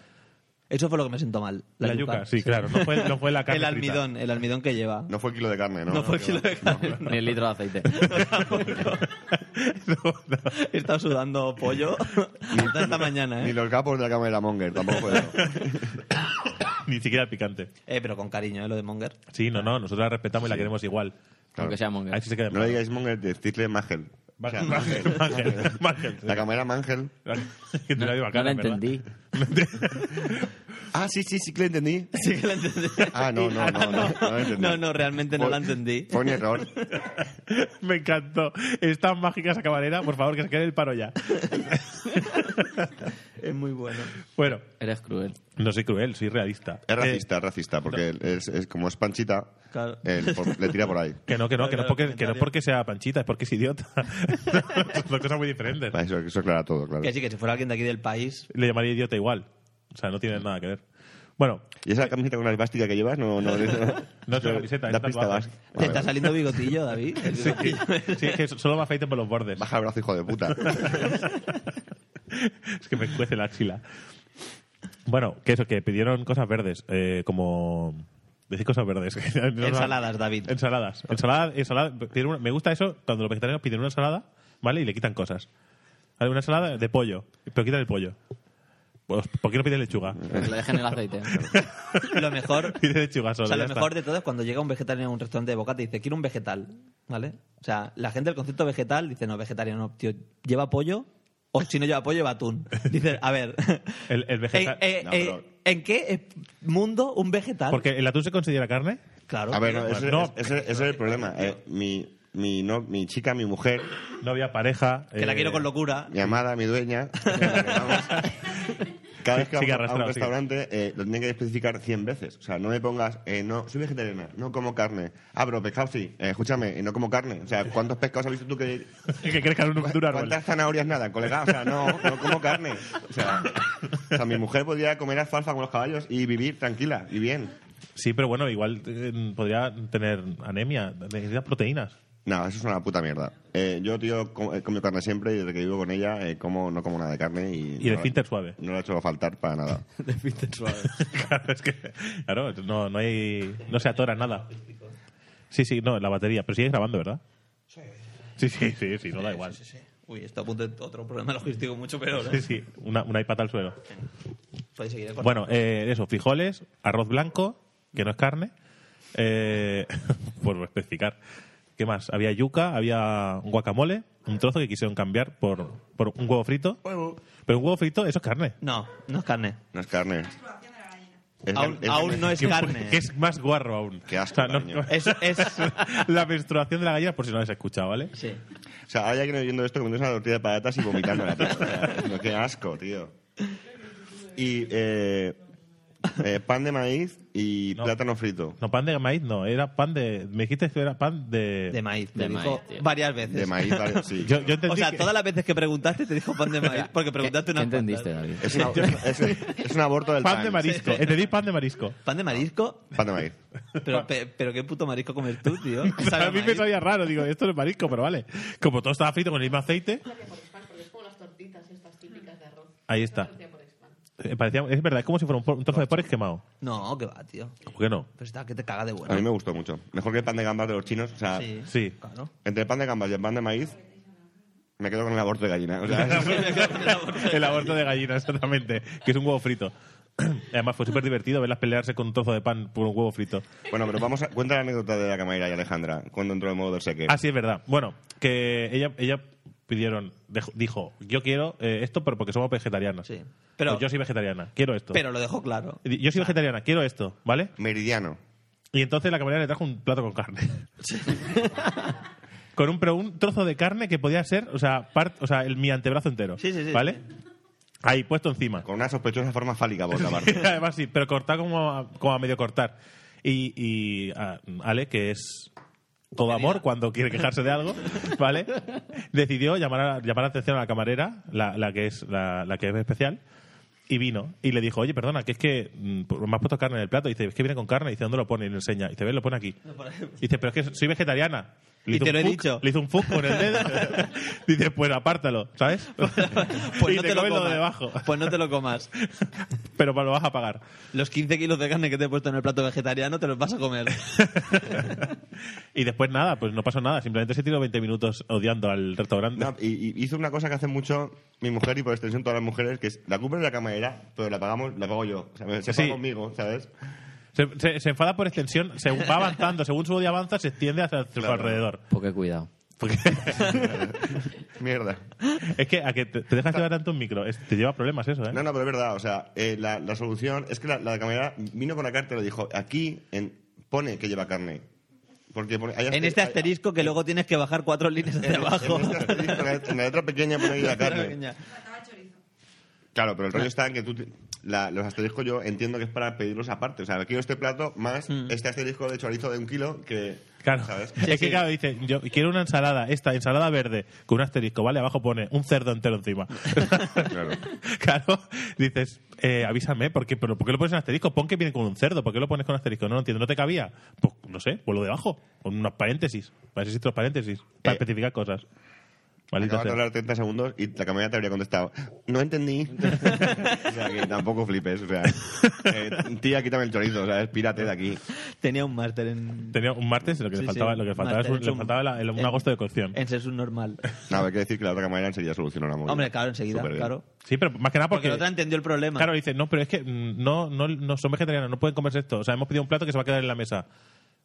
Speaker 3: Eso fue lo que me sentó mal.
Speaker 2: La, yuca, sí, claro. No fue, no fue la carne.
Speaker 3: el
Speaker 2: frita.
Speaker 3: almidón, el almidón que lleva.
Speaker 4: No fue el kilo de carne, ¿no?
Speaker 3: No fue el kilo de carne.
Speaker 5: Ni el litro de aceite.
Speaker 3: *laughs*
Speaker 2: No, no.
Speaker 3: He estado sudando
Speaker 4: *laughs*
Speaker 3: pollo hasta esta mañana,
Speaker 4: Ni
Speaker 3: ¿eh?
Speaker 4: los capos de la cama de la Monger, tampoco fue eso. *laughs*
Speaker 2: Ni siquiera el picante.
Speaker 3: Eh, pero con cariño, ¿eh? Lo de Monger.
Speaker 2: Sí, no, no. Nosotros la respetamos y la queremos igual.
Speaker 5: Aunque sea monger.
Speaker 2: Ahí sí se queda.
Speaker 4: No le digáis Monger, decidle Mangel. O sea,
Speaker 2: Mangel, Mangel, Mangel.
Speaker 4: La camarera Mangel.
Speaker 2: *laughs* Que te la digo a cara,
Speaker 5: no la
Speaker 2: ¿verdad?
Speaker 5: entendí.
Speaker 4: Ah, sí, sí, *laughs* sí que lo entendí.
Speaker 3: Sí que la entendí.
Speaker 4: Ah, no, no, no, no, *laughs* no lo entendí.
Speaker 3: *laughs* No, no, realmente no
Speaker 4: Fue-
Speaker 3: la entendí.
Speaker 4: Fue un error.
Speaker 2: *laughs*
Speaker 4: *laughs*
Speaker 2: Me encantó. Es tan mágica esa camarera. Por favor, que se quede el paro ya.
Speaker 3: *laughs* Es muy bueno.
Speaker 2: Bueno,
Speaker 5: Eres cruel.
Speaker 2: no soy cruel, soy realista.
Speaker 4: Es
Speaker 2: Eh,
Speaker 4: racista, es racista, porque es, es como es panchita,
Speaker 3: Claro.
Speaker 4: él por- le tira por *laughs* ahí.
Speaker 2: Eh, Que no, que no, que no, es porque, que no es
Speaker 3: comentario.
Speaker 2: porque sea panchita, es porque es idiota. *laughs* Son dos cosas muy diferentes.
Speaker 4: Eso, eso aclara todo, claro.
Speaker 3: Que sí, que si fuera alguien de aquí del país.
Speaker 2: Le llamaría idiota igual. O sea, no tiene nada que ver. Bueno,
Speaker 4: ¿Y esa camiseta con la esvástica que llevas? No, no, no, *laughs*
Speaker 2: No es una camiseta, es
Speaker 4: Da
Speaker 2: un
Speaker 4: pista, vas.
Speaker 2: tatuaje.
Speaker 3: Te está
Speaker 4: Vale, vale.
Speaker 3: saliendo bigotillo,
Speaker 4: *laughs*
Speaker 3: David.
Speaker 2: sí, es que solo me afeiten por los bordes.
Speaker 4: Baja el brazo, hijo de puta.
Speaker 2: *laughs* Es que me cuece la axila. Bueno, que eso, que pidieron cosas verdes, eh, como... Decir cosas verdes. *laughs*
Speaker 3: Ensaladas, David.
Speaker 2: Ensaladas. Ensalada, ensalada. pidieron una- me gusta eso cuando los vegetarianos piden una ensalada, ¿vale? Y le quitan cosas. Hay una ensalada de pollo, pero quitan el pollo. Pues, ¿Por qué no piden lechuga? *laughs*
Speaker 5: Que le dejen el aceite.
Speaker 3: *laughs* Lo
Speaker 4: *laughs*
Speaker 3: mejor.
Speaker 2: Piden lechuga solo.
Speaker 3: O sea,
Speaker 2: ya
Speaker 3: lo
Speaker 2: está.
Speaker 3: mejor de todo es cuando llega un vegetariano a un restaurante de bocata y dice, quiero un vegetal, ¿vale? O sea, la gente, el concepto vegetal, dice, no, vegetariano, no, tío, lleva pollo o si no lleva pollo, lleva atún. Dice, a
Speaker 4: *laughs*
Speaker 3: ver,
Speaker 2: El- el vegeta-
Speaker 3: ¿en, eh,
Speaker 4: No,
Speaker 3: eh,
Speaker 4: pero-
Speaker 3: ¿en qué eh, mundo un vegetal?
Speaker 2: Porque el atún se considera carne.
Speaker 3: claro,
Speaker 4: A ver, no, ese,
Speaker 2: No.
Speaker 4: ese- ese es el problema. eh, mi, mi, no, mi chica, mi mujer,
Speaker 2: No había pareja.
Speaker 3: que la
Speaker 2: eh,
Speaker 3: quiero con locura.
Speaker 4: *laughs* mi amada, mi dueña. con la que vamos, Cada vez que
Speaker 2: Sigue
Speaker 4: vamos a un
Speaker 2: arrastrado, sigue.
Speaker 4: restaurante eh, lo tienen que especificar 100 veces. O sea, no me pongas, eh, no, soy vegetariana, no como carne. Ah, pero pescado sí, Eh, escúchame, eh, no como carne. O sea, ¿cuántos pescados has visto tú que
Speaker 2: *laughs* Que crezca en un, de un árbol.
Speaker 4: ¿Cuántas zanahorias nada, colega? O sea, no, no como carne. O sea, o sea, mi mujer podría comer alfalfa con los caballos y vivir tranquila y bien.
Speaker 2: Sí, pero bueno, igual eh, podría tener anemia, necesita proteínas.
Speaker 4: No, eso es una puta mierda. Eh, yo, tío, com he comido carne siempre y desde que vivo con ella eh, como, no como nada de carne. Y,
Speaker 2: Y de
Speaker 4: no-
Speaker 2: finter suave.
Speaker 4: No lo he hecho faltar para nada.
Speaker 2: *laughs* claro, es que claro, no, no hay no se atora nada. Sí, sí, no, la batería, pero sigues grabando, ¿verdad? Sí. Sí, sí, sí, no da igual.
Speaker 3: Sí, sí, sí. Uy, esto apunta otro problema logístico mucho peor.
Speaker 2: Sí,
Speaker 3: ¿eh?
Speaker 2: sí, una, una iPad al suelo.
Speaker 3: Podéis seguir, ¿eh?
Speaker 2: Bueno, eh, eso, frijoles, arroz blanco, que no es carne, eh, *laughs* por especificar. ¿Qué más? Había yuca, había un guacamole, un trozo que quisieron cambiar por, por un huevo frito. Pero un huevo frito, eso es carne.
Speaker 3: No, no es carne.
Speaker 4: No es carne. Es
Speaker 3: Aún,
Speaker 4: es-
Speaker 3: aún no es
Speaker 2: Que-
Speaker 3: carne.
Speaker 2: Que es más guarro aún.
Speaker 4: Qué asco,
Speaker 2: O sea, no-
Speaker 4: cariño.
Speaker 3: Es-
Speaker 2: *laughs*
Speaker 3: es-
Speaker 2: la menstruación de la gallina, por si no la habéis escuchado, ¿vale?
Speaker 3: Sí.
Speaker 4: O sea, hay alguien viendo esto comiendo una tortilla de patatas y vomitando la *laughs* Qué asco, tío. Y eh, eh, pan de maíz y
Speaker 2: No.
Speaker 4: plátano frito.
Speaker 2: No, pan de maíz no, era pan de... Me dijiste que era pan de...
Speaker 3: De maíz. me
Speaker 5: De
Speaker 3: dijo
Speaker 5: maíz, tío.
Speaker 3: varias veces.
Speaker 2: *laughs*
Speaker 4: De maíz, vale, sí.
Speaker 2: Yo, yo entendí
Speaker 3: O sea,
Speaker 2: que-
Speaker 3: todas las veces que preguntaste te dijo pan de
Speaker 5: *laughs*
Speaker 3: maíz porque preguntaste
Speaker 5: ¿Qué
Speaker 3: una
Speaker 5: entendiste, David?
Speaker 4: Es, una- es- es un aborto del
Speaker 2: Pan de
Speaker 4: pan.
Speaker 2: marisco, entendí pan de
Speaker 3: *laughs*
Speaker 2: marisco.
Speaker 3: ¿Pan de marisco?
Speaker 4: Pan de maíz.
Speaker 3: Pero, pe- pero qué puto marisco comer tú,
Speaker 2: *laughs*
Speaker 3: tío.
Speaker 2: a mí me sabía raro, digo, esto no es marisco, pero vale. Como todo estaba frito con el mismo aceite,
Speaker 7: tortitas estas típicas de arroz.
Speaker 2: Ahí está.
Speaker 7: Una tortilla por expand.
Speaker 2: Eh, parecía- es verdad, es como si fuera un, por- un trozo de porridge quemado.
Speaker 3: No, que va, tío.
Speaker 2: ¿Por qué
Speaker 3: *laughs*
Speaker 2: no?
Speaker 3: Pero está que te caga de
Speaker 4: A mí
Speaker 3: bueno.
Speaker 4: me gustó mucho. Mejor que el pan de gambas de los chinos. O sea,
Speaker 3: Sí.
Speaker 2: Sí.
Speaker 3: Claro.
Speaker 4: entre el pan de gambas y el pan de maíz, me quedo con el aborto de gallina. O sea,
Speaker 2: el aborto de gallina, exactamente. Que es un huevo frito. *clears throat* Además, fue súper divertido verlas pelearse con un trozo de pan por un huevo frito.
Speaker 4: bueno, pero vamos a... Cuenta la anécdota de la camarera y Alejandra cuando entró en modo del seque.
Speaker 2: *laughs* Ah, sí, es verdad. Bueno, que ella, ella pidieron, dej- dijo, yo quiero eh, esto, pero porque somos vegetarianos.
Speaker 3: Sí. Pero-
Speaker 2: Pues yo soy vegetariana, quiero esto.
Speaker 3: Pero lo dejó claro.
Speaker 2: *laughs*
Speaker 3: *laughs*
Speaker 2: yo soy vegetariana, quiero esto, ¿vale?
Speaker 4: Meridiano.
Speaker 2: Y entonces la camarera le trajo un plato con carne. *laughs* con un, pero un trozo de carne que podía ser, o sea, part- o sea el, mi antebrazo entero.
Speaker 3: Sí, sí, sí.
Speaker 2: ¿Vale? Ahí, puesto encima.
Speaker 4: Con una sospechosa forma fálica, por
Speaker 3: *laughs*
Speaker 4: otra parte.
Speaker 2: *laughs* Además, sí, pero cortado como a, como a medio cortar. Y, y ah, Ale, que es todo amor cuando quiere quejarse de
Speaker 3: *laughs*
Speaker 2: algo, ¿vale? Decidió llamar, a- llamar la atención a la camarera, la, la que es, la, la que es especial, y vino. Y le dijo, oye, perdona, que es que mm, me has puesto carne en el plato. Y dice, es que viene con carne. Y dice, ¿dónde lo pone? Y le enseña. Y dice, ves, lo pone aquí.
Speaker 3: Pues
Speaker 2: Y dice, pero es que soy vegetariana.
Speaker 3: Y
Speaker 2: hizo
Speaker 3: te
Speaker 2: un
Speaker 3: lo he
Speaker 2: fuc,
Speaker 3: dicho.
Speaker 2: Le hizo un fuck con el dedo.
Speaker 3: *laughs*
Speaker 2: dice, pues apártalo, ¿sabes?
Speaker 3: Pues
Speaker 2: Y
Speaker 3: no
Speaker 2: te
Speaker 3: te lo
Speaker 2: comes lo
Speaker 3: comas.
Speaker 2: de debajo.
Speaker 3: *laughs* Pues no te lo comas.
Speaker 2: pero lo vas a pagar.
Speaker 3: Los 15 kilos de carne que te he puesto en el plato vegetariano te los vas
Speaker 2: *laughs*
Speaker 3: a comer.
Speaker 2: y después nada, pues no pasó nada. Simplemente se tiró 20 minutos odiando al restaurante.
Speaker 4: No, y, y hizo una cosa que hace mucho mi mujer y por extensión todas las mujeres, que es la culpa es de la camarera, pero la pagamos, la pago yo. O sea, me- se
Speaker 2: Sí.
Speaker 4: paga conmigo, ¿sabes?
Speaker 2: Se, se- se enfada por extensión, según va avanzando, según su odio avanza, se extiende hacia su
Speaker 4: Claro.
Speaker 2: alrededor.
Speaker 5: Porque cuidado.
Speaker 2: Porque-
Speaker 4: Mierda.
Speaker 2: es que a que te, te dejas llevar tanto un micro, es- te lleva problemas eso, ¿eh?
Speaker 4: No, no, pero es verdad. O sea, eh, la, la solución es que la, la camarera vino con la carta y le dijo, aquí en- pone que lleva carne. Porque pone- hay
Speaker 3: En
Speaker 4: aster-
Speaker 3: este
Speaker 4: hay-
Speaker 3: asterisco que luego tienes que bajar cuatro líneas hacia
Speaker 4: en-
Speaker 3: abajo.
Speaker 4: En, este asterisco, en la letra- en la letra pequeña
Speaker 3: *laughs*
Speaker 4: pone ahí la carne.
Speaker 3: Pequeña.
Speaker 6: Faltaba chorizo.
Speaker 4: Claro, pero el rollo está en que tú... te- la- los asteriscos yo entiendo que es para pedirlos aparte. O sea, quiero este plato más
Speaker 3: Mm.
Speaker 4: este asterisco de chorizo de un kilo que...
Speaker 2: Claro.
Speaker 4: ¿sabes?
Speaker 2: es que claro, dice, yo quiero una ensalada, esta ensalada verde, con un asterisco, ¿vale? Abajo pone un cerdo entero
Speaker 4: *laughs*
Speaker 2: encima.
Speaker 4: Claro.
Speaker 2: *laughs* Claro, dices, eh, avísame, ¿por qué, pero, ¿por qué lo pones en asterisco? Pon que viene con un cerdo, ¿por qué lo pones con asterisco? No lo entiendo, ¿no te cabía? Pues no sé, pues lo de abajo, con unos paréntesis, para eso existen los paréntesis, para
Speaker 4: Eh,
Speaker 2: especificar cosas. Maldita
Speaker 4: Acabas de
Speaker 2: sea.
Speaker 4: hablar 30 segundos y la camarera te habría contestado,
Speaker 3: *laughs*
Speaker 4: no entendí. o sea, que tampoco flipes. O sea, eh, tía, quítame el chorizo, o sea, espírate de aquí.
Speaker 3: Tenía un máster en...
Speaker 2: Tenía un martes, lo que
Speaker 3: Sí,
Speaker 2: le faltaba,
Speaker 3: sí,
Speaker 2: lo que le faltaba,
Speaker 3: máster,
Speaker 2: es un-
Speaker 3: es
Speaker 2: le
Speaker 3: un-
Speaker 2: faltaba la- el- un
Speaker 3: en-
Speaker 2: agosto de cocción.
Speaker 3: En ser subnormal.
Speaker 4: No, hay que decir que la otra camarera enseguida solucionó la movida.
Speaker 3: Hombre, claro, enseguida,
Speaker 4: Súper bien.
Speaker 3: claro.
Speaker 2: Sí, pero más que nada
Speaker 3: Porque
Speaker 2: porque...
Speaker 3: la otra entendió el problema.
Speaker 2: Claro, dice, no, pero es que mm, no, no, no son vegetarianos, no pueden comerse esto. O sea, hemos pedido un plato que se va a quedar en la mesa.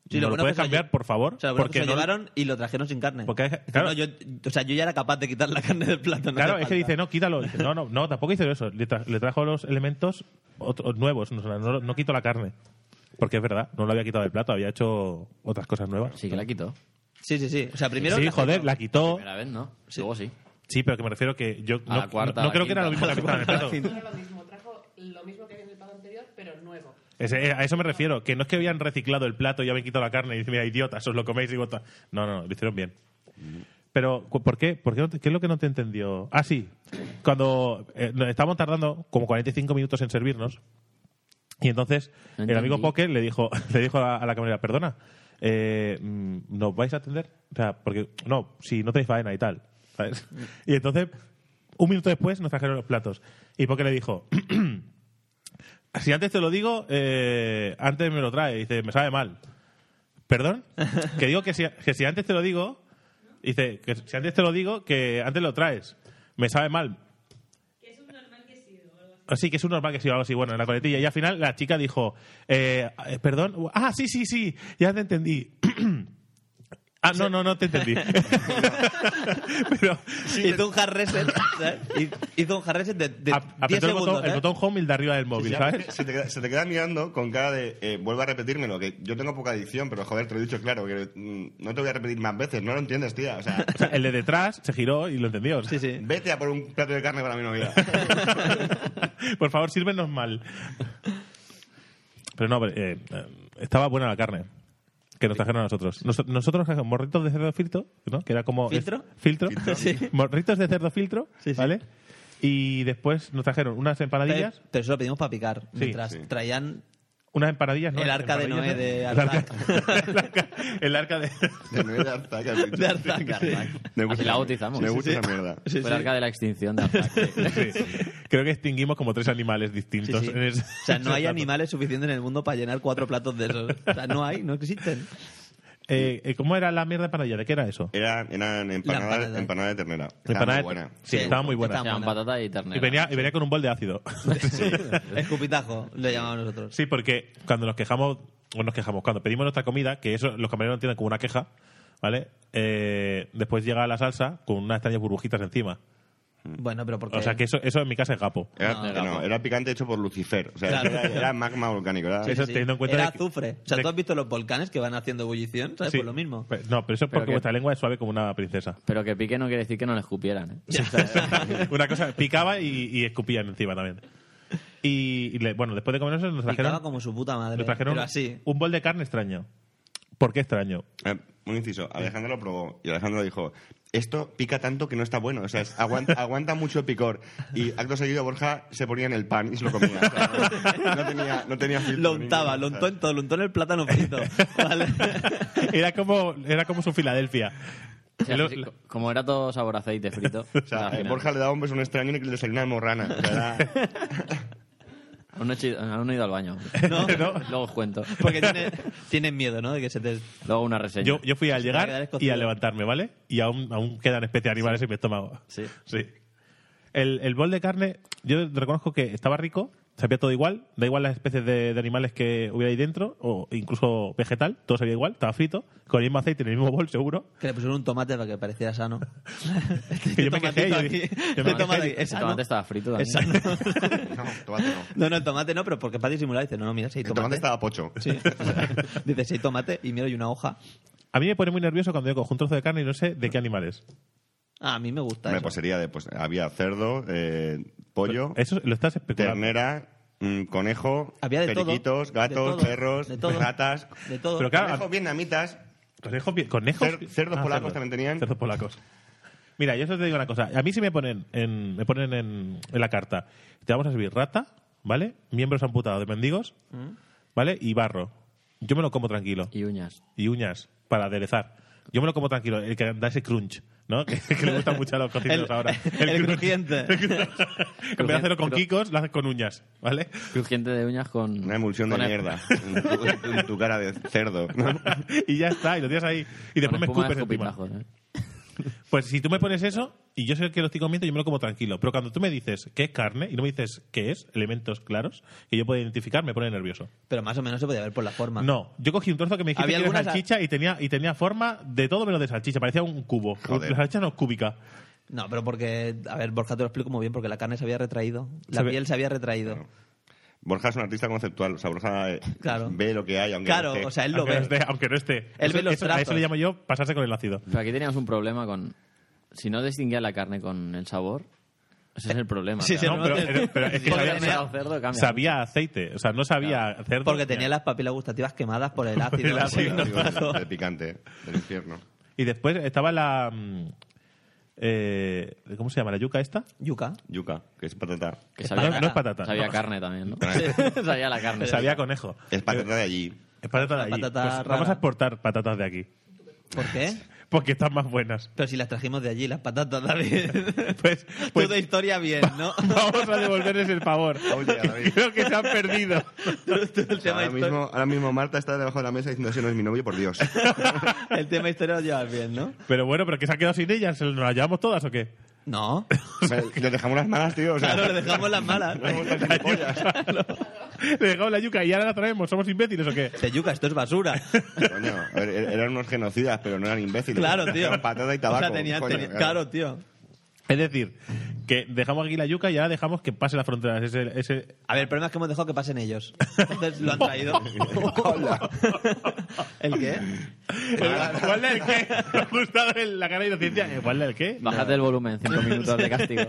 Speaker 3: Sí,
Speaker 2: ¿No lo,
Speaker 3: bueno
Speaker 2: puedes
Speaker 3: que se
Speaker 2: cambiar,
Speaker 3: lle-
Speaker 2: por favor?
Speaker 3: O sea, lo bueno
Speaker 2: porque
Speaker 3: que se
Speaker 2: no-
Speaker 3: llevaron y lo trajeron sin carne.
Speaker 2: Porque hay-
Speaker 3: Dice,
Speaker 2: claro.
Speaker 3: no, yo, o sea, yo ya era capaz de quitar la carne del plato. no
Speaker 2: Claro,
Speaker 3: hace
Speaker 2: es que
Speaker 3: falta.
Speaker 2: dice, no, quítalo. Dice, no, no, no, tampoco hizo eso. Le, tra- le trajo los elementos otros, nuevos. No, no, no quito la carne. Porque es verdad, no lo había quitado del plato, había hecho otras cosas nuevas.
Speaker 5: Sí que la quitó.
Speaker 3: Sí, sí, sí. O sea, primero...
Speaker 2: sí,
Speaker 3: la-
Speaker 2: joder, la quitó.
Speaker 5: Primera vez, ¿no? Luego sí.
Speaker 2: Oh. Sí, pero que me refiero que yo
Speaker 5: A
Speaker 2: no,
Speaker 5: la cuarta,
Speaker 2: no- no
Speaker 5: a la
Speaker 2: creo que
Speaker 5: quinta,
Speaker 2: era lo mismo
Speaker 5: a *laughs* la
Speaker 2: que estaba en el plato.
Speaker 7: No era lo mismo, trajo lo mismo que había en el plato anterior, pero nuevo.
Speaker 2: Ese- a eso me refiero, que no es que habían reciclado el plato y habían quitado la carne y dicen, mira, idiotas, os lo coméis y vota. No, no, no, lo hicieron bien. Pero, cu- ¿por qué? ¿Por qué, no te- qué es lo que no te entendió? Ah, sí. Cuando eh, nos estábamos tardando como 45 minutos en servirnos, y entonces
Speaker 5: No
Speaker 2: el amigo
Speaker 5: entendí.
Speaker 2: Poker le dijo, *laughs* le dijo a, a la camarera, perdona, eh, mm, ¿nos vais a atender? O sea, porque, no, si no tenéis faena y tal. ¿sabes? Y entonces, un minuto después nos trajeron los platos. Y Poker le dijo, *clears throat* si antes te lo digo, eh, antes me lo trae. Dice, me sabe mal.
Speaker 5: *laughs*
Speaker 2: ¿Perdón? Que digo que si, que si antes te lo digo, dice, que si antes te lo digo, que antes lo traes. Me sabe mal. Así que es un normal que siga algo así, bueno, en la coletilla. Y al final la chica dijo, eh, eh, perdón, ah, sí, sí, sí, ya te entendí. *clears throat* ah, no, no, no te entendí.
Speaker 3: *laughs*
Speaker 2: Pero
Speaker 3: Hizo un hard reset. ¿sabes? Hizo un hard reset de, de
Speaker 2: ap-
Speaker 3: 10
Speaker 2: apretó el,
Speaker 3: segundos.
Speaker 2: botón, el
Speaker 3: ¿eh?
Speaker 2: botón home y el de arriba del móvil,
Speaker 4: Ya, *laughs*
Speaker 2: ¿sabes?
Speaker 4: Se te, queda, se te queda mirando con cara de eh, vuelva a repetírmelo, que yo tengo poca adicción, pero joder, te lo he dicho claro, que mm, no te voy a repetir más veces, no lo entiendes, tía. O sea,
Speaker 2: O sea, el de detrás se giró y lo entendió. o sea.
Speaker 3: Sí, sí.
Speaker 4: vete a por un plato de carne para mi novia.
Speaker 2: *laughs* Por favor, sírvenos mal. Pero no, pero, eh, eh, estaba buena la carne que nos trajeron a nosotros. Nos- nosotros nos trajeron morritos de cerdo filtro, ¿no? Que era como...
Speaker 3: ¿Filtro?
Speaker 2: es- filtro. *laughs*
Speaker 3: Sí.
Speaker 2: Morritos de cerdo filtro,
Speaker 3: Sí, sí.
Speaker 2: ¿vale? Y después nos trajeron unas
Speaker 3: Pero
Speaker 2: empanadillas.
Speaker 3: pero eso lo pedimos para picar.
Speaker 2: *laughs*
Speaker 3: Mientras
Speaker 2: sí.
Speaker 3: traían
Speaker 2: unas empanadillas, ¿no?
Speaker 3: El arca de Noé
Speaker 2: Empanadillas,
Speaker 3: de
Speaker 2: ¿no? *laughs* El arca, el
Speaker 3: Artac.
Speaker 2: arca, el arca de... *laughs*
Speaker 4: De nueve de Artac, has dicho.
Speaker 3: De Artac, Artac.
Speaker 4: Me
Speaker 5: Así
Speaker 4: gusta,
Speaker 5: la bautizamos.
Speaker 4: me
Speaker 5: Sí,
Speaker 4: gusta
Speaker 5: sí,
Speaker 4: *laughs* esa mierda.
Speaker 3: Sí,
Speaker 5: Fue
Speaker 3: sí.
Speaker 5: el arca de la extinción de Artac.
Speaker 2: Sí.
Speaker 5: *laughs*
Speaker 2: Creo que extinguimos como tres animales
Speaker 3: Sí,
Speaker 2: distintos.
Speaker 3: sí.
Speaker 2: en ese-
Speaker 3: O sea, no
Speaker 2: *laughs* ese
Speaker 3: hay
Speaker 2: plato.
Speaker 3: animales suficientes en el mundo para llenar cuatro platos de esos. O sea, no hay, no existen.
Speaker 2: Eh, eh, ¿Cómo era la mierda de empanadilla? ¿De qué era eso?
Speaker 4: Eran, eran empanadas,
Speaker 3: empanada.
Speaker 4: empanadas de ternera.
Speaker 2: Empanada
Speaker 4: Estaba
Speaker 2: de-
Speaker 4: muy buena.
Speaker 2: Sí, estaba muy buena.
Speaker 5: Se llaman
Speaker 3: buena.
Speaker 5: patata y ternera.
Speaker 2: Y venía, y venía con un bol de
Speaker 3: *laughs*
Speaker 2: ácido.
Speaker 3: Escupitajo, lo llamamos nosotros.
Speaker 2: Sí, porque cuando nos quejamos, o nos quejamos, cuando pedimos nuestra comida, que eso los camareros lo entienden como una queja, ¿vale? Eh, después llega la salsa con unas extrañas burbujitas encima.
Speaker 3: Bueno, pero porque...
Speaker 2: O sea, que eso, eso en mi casa es gapo.
Speaker 4: Era,
Speaker 3: No,
Speaker 4: no,
Speaker 5: era guapo.
Speaker 4: era picante hecho por Lucifer. O sea,
Speaker 3: Claro.
Speaker 4: era, era magma volcánico. Era,
Speaker 3: Sí,
Speaker 2: eso
Speaker 3: sí, sí.
Speaker 2: teniendo en cuenta
Speaker 3: Era
Speaker 2: de que-
Speaker 3: azufre. O sea,
Speaker 2: de-
Speaker 3: ¿tú has visto los volcanes que van haciendo ebullición? ¿Sabes?
Speaker 2: Sí. Pues,
Speaker 3: Por pues lo mismo.
Speaker 2: Pe- No, pero eso es
Speaker 5: Pero
Speaker 2: porque
Speaker 5: que-
Speaker 2: vuestra lengua es suave como una
Speaker 3: *laughs*
Speaker 2: princesa. *laughs*
Speaker 5: Pero que pique no quiere decir que no le escupieran. ¿eh?
Speaker 2: una cosa, picaba y, y escupían encima también. Y, y le- bueno, después de comer eso nos trajeron,
Speaker 3: Picaba como su puta madre.
Speaker 2: nos trajeron
Speaker 3: Pero así.
Speaker 2: un bol de carne extraño. ¿Por qué
Speaker 3: *laughs*
Speaker 2: extraño?
Speaker 4: Eh, un inciso. Alejandro lo probó y Alejandro dijo: Esto pica tanto que no está bueno. O sea, es-
Speaker 3: *laughs*
Speaker 4: aguanta, aguanta mucho el picor. Y acto seguido, Borja se ponía en el pan y se lo comía. O sea, no, no tenía, no tenía filtro
Speaker 3: Lo untaba, lo
Speaker 4: ninguno, o sea.
Speaker 3: untó en todo, lo untó en el plátano
Speaker 2: *laughs*
Speaker 3: frito. ¿vale?
Speaker 2: Era como, era como su Filadelfia.
Speaker 5: O sea,
Speaker 2: Lo-
Speaker 5: sí, co- como era todo sabor aceite
Speaker 2: *laughs*
Speaker 5: frito.
Speaker 4: O sea,
Speaker 5: al
Speaker 4: eh,
Speaker 5: final.
Speaker 4: Borja le daba un beso a un extraño y le desayunaba morrana. O
Speaker 3: *laughs*
Speaker 4: sea, era-
Speaker 5: Aún no he, chi- aún no he ido
Speaker 2: *laughs*
Speaker 5: al baño.
Speaker 3: No.
Speaker 5: Luego os cuento.
Speaker 3: Porque tiene- tienen miedo, ¿no? De que se te...
Speaker 5: Luego una reseña.
Speaker 2: Pues Yo, yo fui al
Speaker 3: Se te va a quedar
Speaker 2: llegar y
Speaker 3: escocido.
Speaker 2: a levantarme, ¿vale? Y aún, aún quedan especies animales en mi estómago.
Speaker 5: Sí.
Speaker 2: El, el bol de carne, yo reconozco que estaba rico, sabía todo igual, da igual las especies de, de animales que hubiera ahí dentro, o incluso vegetal, todo sabía igual, estaba frito, con el mismo aceite en el mismo bol, seguro.
Speaker 3: Que le pusieron un tomate para que pareciera sano.
Speaker 2: Y yo me quejé, yo dije- yo me
Speaker 5: El tomate-
Speaker 2: quejé,
Speaker 5: el tomate estaba frito también.
Speaker 3: Es sano.
Speaker 4: no, tomate no.
Speaker 3: *laughs* No, no, el tomate no, pero porque para disimular dice, no, no, mira, si hay
Speaker 4: El tomate
Speaker 3: tomate.
Speaker 4: estaba pocho.
Speaker 3: Sí. *laughs* dice, si hay tomate y mira, hay una hoja.
Speaker 2: A mí me pone muy nervioso cuando yo cojo un trozo de carne y no sé de qué animal es.
Speaker 3: Ah, a mí me gusta
Speaker 4: Me
Speaker 3: eso.
Speaker 4: posería de, pues, había cerdo, eh, pollo,
Speaker 2: Eso lo estás especulando.
Speaker 4: ternera, mm, conejo,
Speaker 3: Había de todo.
Speaker 4: periquitos, gatos,
Speaker 3: De todo.
Speaker 4: perros,
Speaker 3: De todo.
Speaker 4: ratas,
Speaker 3: De todo.
Speaker 2: Pero claro,
Speaker 4: conejos vietnamitas.
Speaker 2: Conejos, bien- conejos.
Speaker 4: Cer- cerdos polacos también tenían.
Speaker 2: Cerdos polacos. Mira, yo solo te digo una cosa. A mí sí me ponen en, me ponen en, en la carta. Te vamos a servir rata, ¿vale? Miembros amputados de mendigos,
Speaker 3: Mm.
Speaker 2: ¿vale? Y barro. Yo me lo como tranquilo.
Speaker 5: Y uñas.
Speaker 2: Y uñas para aderezar. Yo me lo como tranquilo. El que da ese crunch, ¿no? *laughs* Que, que le gusta mucho a los cocineros
Speaker 3: *laughs* El-
Speaker 2: ahora.
Speaker 3: el
Speaker 2: crunch.
Speaker 3: crujiente.
Speaker 2: pues, *laughs* El crunch. en vez de hacerlo con
Speaker 5: Pero-
Speaker 2: kikos, lo haces con uñas, ¿vale? *laughs*
Speaker 5: Crujiente de uñas con.
Speaker 4: Una emulsión de
Speaker 5: con
Speaker 3: *laughs*
Speaker 5: esp-
Speaker 4: mierda en tu, en tu cara de cerdo. ¿no?
Speaker 2: y ya está, y lo tienes ahí. Y después
Speaker 5: con
Speaker 2: me
Speaker 5: espuma de
Speaker 2: escupes encima.
Speaker 5: escupitajos, ¿eh?
Speaker 2: Pues si tú me pones eso y yo sé que lo estoy comiendo, yo me lo como tranquilo. Pero cuando tú me dices que es carne y no me dices que es elementos claros que yo puedo identificar, me pone nervioso.
Speaker 3: Pero más o menos se podía ver por la forma.
Speaker 2: No, yo cogí un trozo que me dijiste
Speaker 3: Había
Speaker 2: que era
Speaker 3: algunas-
Speaker 2: salchicha y tenía y tenía forma de todo menos de salchicha, parecía un cubo.
Speaker 4: Joder.
Speaker 2: La salchicha no es cúbica.
Speaker 3: No, pero porque... A ver, Borja, te lo explico muy bien, porque la carne se había retraído. La
Speaker 2: Se ve-
Speaker 3: piel se había retraído.
Speaker 4: Borja es un artista conceptual. O sea, Borja eh,
Speaker 3: Claro.
Speaker 4: ve lo que hay, aunque
Speaker 3: Claro,
Speaker 4: no esté.
Speaker 3: o sea, él lo
Speaker 2: aunque, no
Speaker 3: ve.
Speaker 2: esté, aunque no esté.
Speaker 3: Él
Speaker 2: Eso-
Speaker 3: ve los
Speaker 2: eso- a eso
Speaker 3: trazos.
Speaker 2: le llamo yo pasarse con el ácido.
Speaker 5: Pero aquí teníamos un problema con. Si no distinguía la carne con el sabor, ese es el problema.
Speaker 3: Sí, sí,
Speaker 5: claro.
Speaker 2: No, pero, pero- pero es que
Speaker 5: Porque
Speaker 2: sabía,
Speaker 5: el cerdo cerdo cambia
Speaker 2: sabía aceite, o sea, no sabía cerdo.
Speaker 3: Porque tenía las papilas gustativas quemadas
Speaker 2: *laughs*
Speaker 3: por el ácido. *laughs*
Speaker 2: el ácido,
Speaker 3: Sí, no,
Speaker 4: Digo,
Speaker 3: claro.
Speaker 4: del picante, del infierno.
Speaker 2: Y después estaba la mm, eh, ¿cómo se llama? la yuca esta?
Speaker 3: Yuca.
Speaker 4: Yuca, que es patata.
Speaker 5: Que
Speaker 3: Es
Speaker 5: sabía,
Speaker 2: patata. No es patata.
Speaker 5: Sabía
Speaker 2: No.
Speaker 5: carne también, ¿no? *laughs* sabía la carne.
Speaker 2: Sabía conejo.
Speaker 4: Es patata de allí.
Speaker 2: Es patata de
Speaker 3: Una
Speaker 2: allí.
Speaker 3: patata
Speaker 2: Pues
Speaker 3: rara.
Speaker 2: vamos a exportar patatas de aquí.
Speaker 3: ¿Por qué?
Speaker 2: Porque están más buenas. *laughs*
Speaker 3: Pero si las trajimos de allí, las patatas,
Speaker 4: *laughs*
Speaker 3: David.
Speaker 2: Pues, pues
Speaker 3: Tú de historia bien, ¿no?
Speaker 2: vamos a devolverles el favor.
Speaker 4: Oye, David.
Speaker 2: Creo que se han perdido.
Speaker 3: Tú- tú el,
Speaker 4: O sea,
Speaker 3: tema
Speaker 4: ahora,
Speaker 3: histori-
Speaker 4: mismo, ahora mismo Marta está debajo de la mesa diciendo, ese no es mi novio, por *laughs* Dios.
Speaker 3: *laughs* el tema historia lo llevas bien, ¿no?
Speaker 2: Pero bueno, ¿pero que se han quedado sin ellas? ¿Se ¿Nos las llevamos todas o qué? *laughs*
Speaker 4: *laughs*
Speaker 3: No.
Speaker 4: Le dejamos las malas, tío. O sea,
Speaker 3: Claro, le dejamos las
Speaker 4: *laughs*
Speaker 3: malas.
Speaker 2: La yuca.
Speaker 3: *laughs*
Speaker 2: Le dejamos la yuca y ahora la traemos. ¿Somos imbéciles o qué?
Speaker 3: De yuca, esto es
Speaker 4: *laughs*
Speaker 3: basura.
Speaker 4: Coño, a ver, er- eran unos genocidas, pero no eran imbéciles.
Speaker 3: Claro, tío.
Speaker 4: Eran patata y tabaco.
Speaker 3: O sea, tenía-
Speaker 4: coño,
Speaker 3: tenía- claro, tío.
Speaker 2: Es decir, que dejamos aquí la yuca y ahora dejamos que pase las fronteras. Ese, ese...
Speaker 3: A ver, el problema es que hemos dejado que pasen ellos. Entonces lo han
Speaker 4: *laughs*
Speaker 3: traído. ¿El qué?
Speaker 2: ¿Cuál es el qué? *laughs* Me ha gustado el- la cara de inocencia. ¿Cuál es el qué? *laughs*
Speaker 5: Bájate el volumen, cinco minutos de castigo.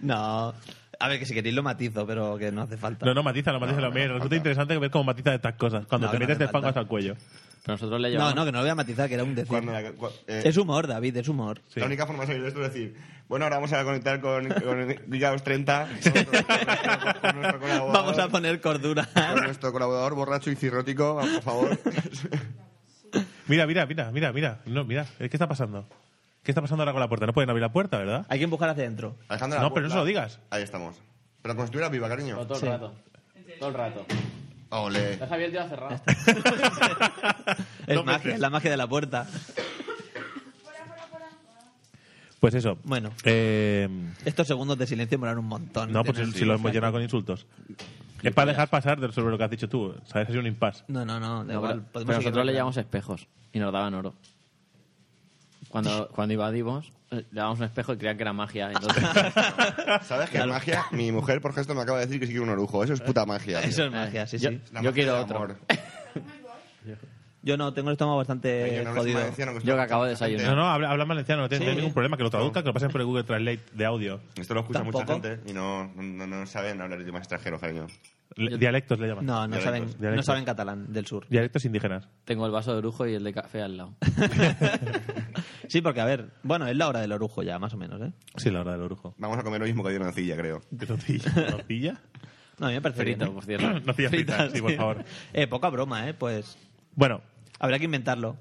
Speaker 3: No. A ver, que si queréis lo matizo, pero que no hace falta.
Speaker 2: No, no, matiza, no matiza. No,
Speaker 4: No, no, no,
Speaker 2: resulta
Speaker 4: falta.
Speaker 2: interesante ver cómo matizas estas cosas. Cuando
Speaker 3: No,
Speaker 2: te
Speaker 3: que no
Speaker 2: metes
Speaker 3: hace
Speaker 2: de espaldas
Speaker 3: falta.
Speaker 2: al cuello.
Speaker 5: Pero nosotros le
Speaker 3: no,
Speaker 5: llevamos.
Speaker 3: no, que no lo voy a matizar, que era un decir.
Speaker 4: Cuando la- cua- eh,
Speaker 3: Es humor, David, es humor.
Speaker 4: La única forma de salir de esto es decir, bueno, ahora vamos a conectar con, con Gigaos 30, con, con nuestro colaborador.
Speaker 3: Vamos a poner cordura.
Speaker 4: con nuestro colaborador borracho y cirrótico, vamos, por favor.
Speaker 2: Mira, mira, mira, mira, mira. No, mira, eh, ¿qué está pasando? ¿Qué está pasando ahora con la puerta? No pueden abrir la puerta, ¿verdad?
Speaker 3: Hay que empujar hacia adentro.
Speaker 5: *laughs*
Speaker 4: Alejandra,
Speaker 2: No,
Speaker 4: la-
Speaker 2: pero no se lo
Speaker 4: la-
Speaker 2: digas.
Speaker 4: Ahí estamos. Pero como si estuviera viva, cariño.
Speaker 5: Pero todo el
Speaker 3: Sí.
Speaker 5: rato. Todo el rato.
Speaker 4: Ole.
Speaker 5: Deja abierto y va cerrado.
Speaker 3: *laughs* Es
Speaker 2: No me
Speaker 3: magia,
Speaker 2: sé.
Speaker 3: es la magia de la puerta.
Speaker 2: Pues eso.
Speaker 3: Bueno.
Speaker 2: Eh,
Speaker 3: Estos segundos de silencio molan un montón.
Speaker 2: no, pues
Speaker 3: Tienes-
Speaker 2: si lo hemos llenado con insultos. Es para dejar pasar de- sobre lo que has dicho tú. ¿Sabes? Es un impasse.
Speaker 3: No, no, no. da
Speaker 5: No,
Speaker 3: igual, podemos
Speaker 5: pero, pero
Speaker 3: seguir
Speaker 5: nosotros le
Speaker 3: hablando.
Speaker 5: llevamos espejos y nos daban oro.
Speaker 3: *laughs*
Speaker 5: Cuando, cuando invadimos, eh, le dábamos un espejo y creían que era magia. Entonces,
Speaker 4: ¿Sabes qué es magia? Mi mujer, por gesto, me acaba de decir que sí que un orujo. Eso es puta magia.
Speaker 3: *laughs*
Speaker 4: tío.
Speaker 3: Eso es *laughs* magia, sí,
Speaker 5: Eh, yo,
Speaker 3: sí.
Speaker 4: La
Speaker 5: yo
Speaker 4: magia
Speaker 5: quiero
Speaker 4: del
Speaker 5: otro.
Speaker 4: amor.
Speaker 3: Yo no, tengo el estómago bastante
Speaker 4: Yo no hablo
Speaker 3: jodido.
Speaker 4: valenciano,
Speaker 5: *laughs* Yo que acabo de desayunar.
Speaker 2: No, no, habla, habla en valenciano, no tienes
Speaker 3: Sí.
Speaker 2: ningún problema. Que lo traduzca, que lo pasen por el Google Translate de audio.
Speaker 4: Esto lo escucha mucha
Speaker 3: Tampoco.
Speaker 4: gente y no, no, no saben hablar idiomas extranjeros, cariño.
Speaker 2: Le- dialectos le llaman.
Speaker 3: No, no
Speaker 4: Dialectos,
Speaker 3: saben, no
Speaker 2: dialectos.
Speaker 3: saben catalán del
Speaker 5: *laughs*
Speaker 3: sur.
Speaker 2: Dialectos indígenas.
Speaker 5: Tengo el vaso de orujo y el de café
Speaker 3: *laughs*
Speaker 5: al lado.
Speaker 3: Sí, porque a ver, bueno, es la hora del orujo ya, más o menos, ¿eh?
Speaker 2: Sí, la hora del
Speaker 3: *laughs*
Speaker 2: orujo.
Speaker 4: Vamos a comer lo mismo que hay en Ancilla, creo.
Speaker 2: ¿Qué tortilla? ¿Tortilla?
Speaker 3: No, a mí me parece
Speaker 5: Frito,
Speaker 3: bien, ¿eh?
Speaker 2: *laughs* *clears throat*
Speaker 5: por cierto.
Speaker 2: Tortilla frita, sí, por favor.
Speaker 3: Eh, poca broma, ¿eh? Pues
Speaker 2: Bueno,
Speaker 3: habrá que inventarlo.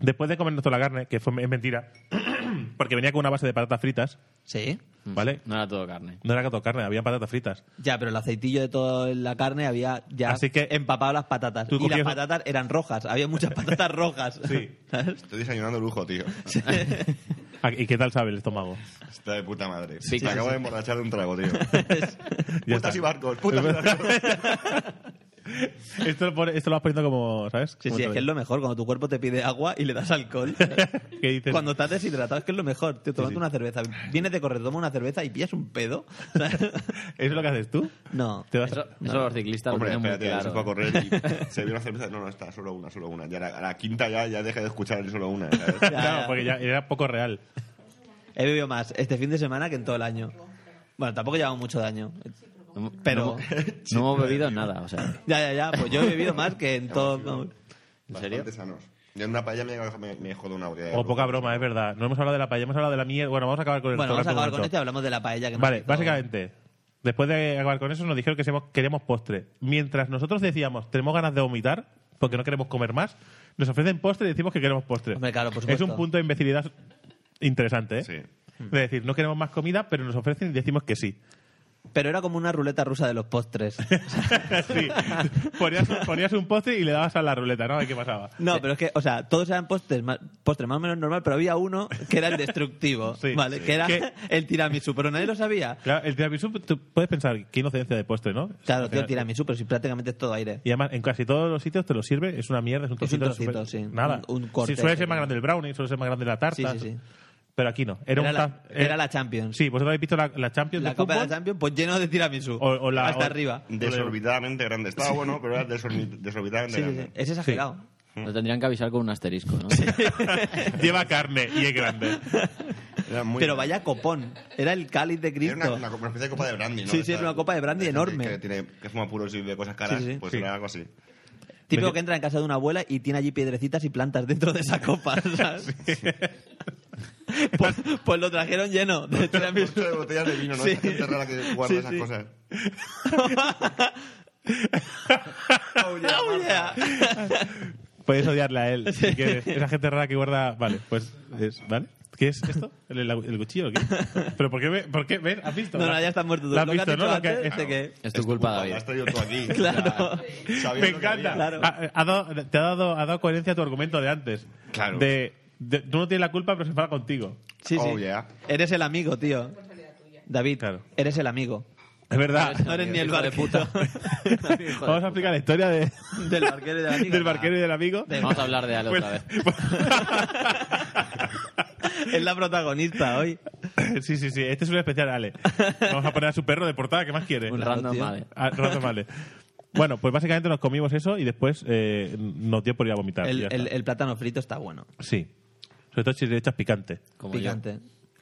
Speaker 2: después de comernos toda la carne, que fue, es mentira, *clears throat* porque venía con una base de patatas fritas,
Speaker 3: Sí.
Speaker 2: ¿vale?
Speaker 5: No era todo carne.
Speaker 2: No era todo carne, había patatas fritas.
Speaker 3: Ya, pero el aceitillo de toda la carne había ya
Speaker 2: Así que-
Speaker 3: empapado las patatas.
Speaker 2: Tú
Speaker 3: Y las
Speaker 2: cogías-
Speaker 3: patatas eran rojas.
Speaker 2: *laughs*
Speaker 3: Había muchas patatas rojas.
Speaker 2: Sí.
Speaker 3: ¿Sabes?
Speaker 4: Estoy desayunando lujo, tío.
Speaker 2: Ah, *laughs* ¿Y qué tal sabe el estómago?
Speaker 4: Está de puta madre.
Speaker 5: Sí, sí,
Speaker 4: Me acabo
Speaker 5: sí.
Speaker 4: de emborrachar de un
Speaker 5: *laughs*
Speaker 4: trago, tío.
Speaker 2: Ya
Speaker 4: putas
Speaker 2: está.
Speaker 4: y barcos, putas y barcos.
Speaker 2: Esto lo, pone- esto lo vas poniendo como, ¿sabes?
Speaker 3: Sí,
Speaker 2: Como
Speaker 3: sí, es
Speaker 2: todo.
Speaker 3: que es lo mejor cuando tu cuerpo te pide agua y le das alcohol.
Speaker 2: *laughs* ¿Qué dices?
Speaker 3: Cuando estás deshidratado es que es lo mejor. Te tomas una cerveza, vienes de correr, tomas una cerveza y pillas un pedo. *laughs*
Speaker 2: ¿Eso es lo que haces tú?
Speaker 3: no.
Speaker 2: Te vas-
Speaker 5: Eso,
Speaker 2: *laughs*
Speaker 5: eso los ciclistas
Speaker 4: Hombre,
Speaker 5: lo tienen
Speaker 4: espérate, se fue a
Speaker 5: muy claro.
Speaker 4: correr
Speaker 5: *laughs*
Speaker 4: y se vio una cerveza. No, no, está, solo una, solo una. Ya la, a la quinta ya, ya dejé de escuchar el solo una, ¿sabes?
Speaker 3: Ya,
Speaker 2: Claro,
Speaker 3: ya.
Speaker 2: porque ya era poco real.
Speaker 3: He bebido más este fin de semana que en todo el año. Bueno, tampoco llevamos mucho daño.
Speaker 5: ¿eh? No-
Speaker 3: Pero-
Speaker 5: No, no hemos bebido nada, o sea.
Speaker 3: Ya, ya, ya. Pues yo he bebido más que en todo.
Speaker 5: ¿En serio?
Speaker 4: Bastante sanos. Yo en una paella me, me, me jodo una botella de
Speaker 2: O
Speaker 4: ron.
Speaker 2: poca broma, es verdad. No hemos hablado de la paella, hemos hablado de la mierda. Bueno, vamos a acabar con el
Speaker 3: Bueno, vamos a
Speaker 2: restaurante
Speaker 3: acabar
Speaker 2: un
Speaker 3: con
Speaker 2: momento.
Speaker 3: este esto y hablamos de la paella que nos
Speaker 2: Vale,
Speaker 3: hizo-
Speaker 2: básicamente, después de acabar con eso, nos dijeron que seamos- queríamos postre. Mientras nosotros decíamos, tenemos ganas de vomitar porque no queremos comer más, nos ofrecen postre y decimos que queremos postre.
Speaker 3: Hombre, claro, por
Speaker 2: es
Speaker 3: supuesto.
Speaker 2: un punto de imbecilidad interesante, ¿eh?
Speaker 4: Sí.
Speaker 2: De decir, no queremos más comida, pero nos ofrecen y decimos que sí.
Speaker 3: Pero era como una ruleta rusa de los postres.
Speaker 2: sí. Ponías, ponías un postre y le dabas a la ruleta, ¿no? A ver qué pasaba.
Speaker 3: No, pero es que, o sea, todos eran postres, ma- postres más o menos normal, pero había uno que era el
Speaker 2: *laughs*
Speaker 3: destructivo,
Speaker 2: Sí,
Speaker 3: ¿vale?
Speaker 2: sí.
Speaker 3: Que era
Speaker 2: Que-
Speaker 3: el tiramisú, pero nadie lo sabía.
Speaker 2: Claro, el tiramisú, tú puedes pensar, qué inocencia de postre, ¿no?
Speaker 3: Claro, tío,
Speaker 2: Al final-
Speaker 3: el tiramisú, pero si prácticamente es todo aire.
Speaker 2: Y además, en casi todos los sitios te lo sirve, es una mierda, es un
Speaker 3: Es
Speaker 2: trocito.
Speaker 3: un trocito,
Speaker 2: súper-
Speaker 3: sí.
Speaker 2: Nada.
Speaker 3: Un- un corte
Speaker 2: Sí, suele
Speaker 3: pequeño.
Speaker 2: ser más grande el brownie, suele ser más grande la tarta.
Speaker 3: Sí, sí, sí.
Speaker 2: Pero aquí no. Era,
Speaker 3: Era
Speaker 2: un
Speaker 3: la,
Speaker 2: ta-
Speaker 3: era la Champions.
Speaker 2: Sí, vosotros habéis visto la, la Champions
Speaker 3: la
Speaker 2: de
Speaker 3: Copa de
Speaker 2: fútbol?
Speaker 3: la Champions, pues lleno de tiramisú.
Speaker 2: O- o la-
Speaker 3: hasta
Speaker 2: o-
Speaker 3: arriba.
Speaker 4: Desorbitadamente grande. Estaba bueno, pero era desorbit- desorbitadamente
Speaker 3: *laughs* Sí, sí,
Speaker 4: grande.
Speaker 3: sí. Es exagerado.
Speaker 5: Lo tendrían que avisar con un asterisco, ¿no?
Speaker 2: *laughs* Lleva carne y es grande.
Speaker 4: Era muy
Speaker 3: Pero
Speaker 4: grande.
Speaker 3: vaya copón. Era el cáliz de
Speaker 4: Era
Speaker 3: Cristo.
Speaker 4: una, una, una especie de copa de brandy, ¿no?
Speaker 3: Sí, sí, era una copa de brandy
Speaker 4: gente
Speaker 3: enorme.
Speaker 4: Que, tiene, que fuma puros y ve cosas caras,
Speaker 3: Sí, sí.
Speaker 4: pues
Speaker 2: Sí.
Speaker 4: era
Speaker 3: *laughs*
Speaker 4: algo así.
Speaker 3: Típico que entra en casa de una abuela y tiene allí piedrecitas y plantas dentro de
Speaker 2: *laughs*
Speaker 3: esa copa. ¿sabes? pues, pues lo trajeron lleno de tiramisú.
Speaker 4: Esto de botellas de vino, ¿no?
Speaker 3: Sí.
Speaker 4: Esa gente rara que guarda
Speaker 3: Sí,
Speaker 4: esas
Speaker 3: sí.
Speaker 4: cosas.
Speaker 3: *laughs* Oh, yeah.
Speaker 2: Puedes odiarla a él. si quieres. esa gente rara que guarda. Vale, pues. es- ¿Vale? ¿Qué es esto? ¿El, el- el cuchillo? o ¿Qué? ¿Pero por qué, ve- por qué? ¿Ves? ¿Has visto?
Speaker 3: No, no, ya está muerto tú.
Speaker 2: ¿La has
Speaker 3: Lo que has
Speaker 2: visto,
Speaker 3: dicho
Speaker 2: no? Lo que-
Speaker 3: antes, este
Speaker 2: Claro.
Speaker 3: que...
Speaker 5: Es tu culpa,
Speaker 4: La has
Speaker 5: David.
Speaker 4: traído tú aquí.
Speaker 3: *laughs* Claro.
Speaker 4: O sea,
Speaker 2: Me
Speaker 4: sabiendo que
Speaker 2: encanta.
Speaker 4: había.
Speaker 3: había.
Speaker 2: Ha- ha dado- te ha dado, ha dado coherencia a tu argumento de antes.
Speaker 4: Claro.
Speaker 2: De, de- tú no tienes la culpa, pero se enfada contigo.
Speaker 3: Sí, sí.
Speaker 4: Oh, yeah.
Speaker 3: Eres el amigo, tío. David,
Speaker 2: Claro.
Speaker 3: eres el amigo.
Speaker 2: Es verdad.
Speaker 5: *laughs*
Speaker 2: *laughs*
Speaker 3: No eres ni el
Speaker 5: Hijo de
Speaker 3: barquero.
Speaker 5: Hijo de
Speaker 2: Vamos a
Speaker 5: puta. *laughs*
Speaker 2: explicar la historia de-
Speaker 3: del barquero y del amigo.
Speaker 2: del barquero *laughs* y del amigo.
Speaker 5: Vamos a hablar de Ale
Speaker 2: Pues-
Speaker 5: otra vez.
Speaker 2: *laughs*
Speaker 3: Es la protagonista hoy.
Speaker 2: *laughs* Sí, sí, sí. Este es un especial, Ale. Vamos a poner a su perro de portada. ¿Qué más quiere?
Speaker 5: Un
Speaker 3: Claro,
Speaker 5: random
Speaker 3: tío.
Speaker 5: Ale.
Speaker 2: Ah, rato, vale. Bueno, pues básicamente nos comimos eso y después eh, nos dio por ir a vomitar. y
Speaker 3: El,
Speaker 2: ya
Speaker 3: el-
Speaker 2: está.
Speaker 3: el plátano frito está bueno.
Speaker 2: Sí. Sobre todo si le echas picante.
Speaker 5: Como yo.
Speaker 3: Picante.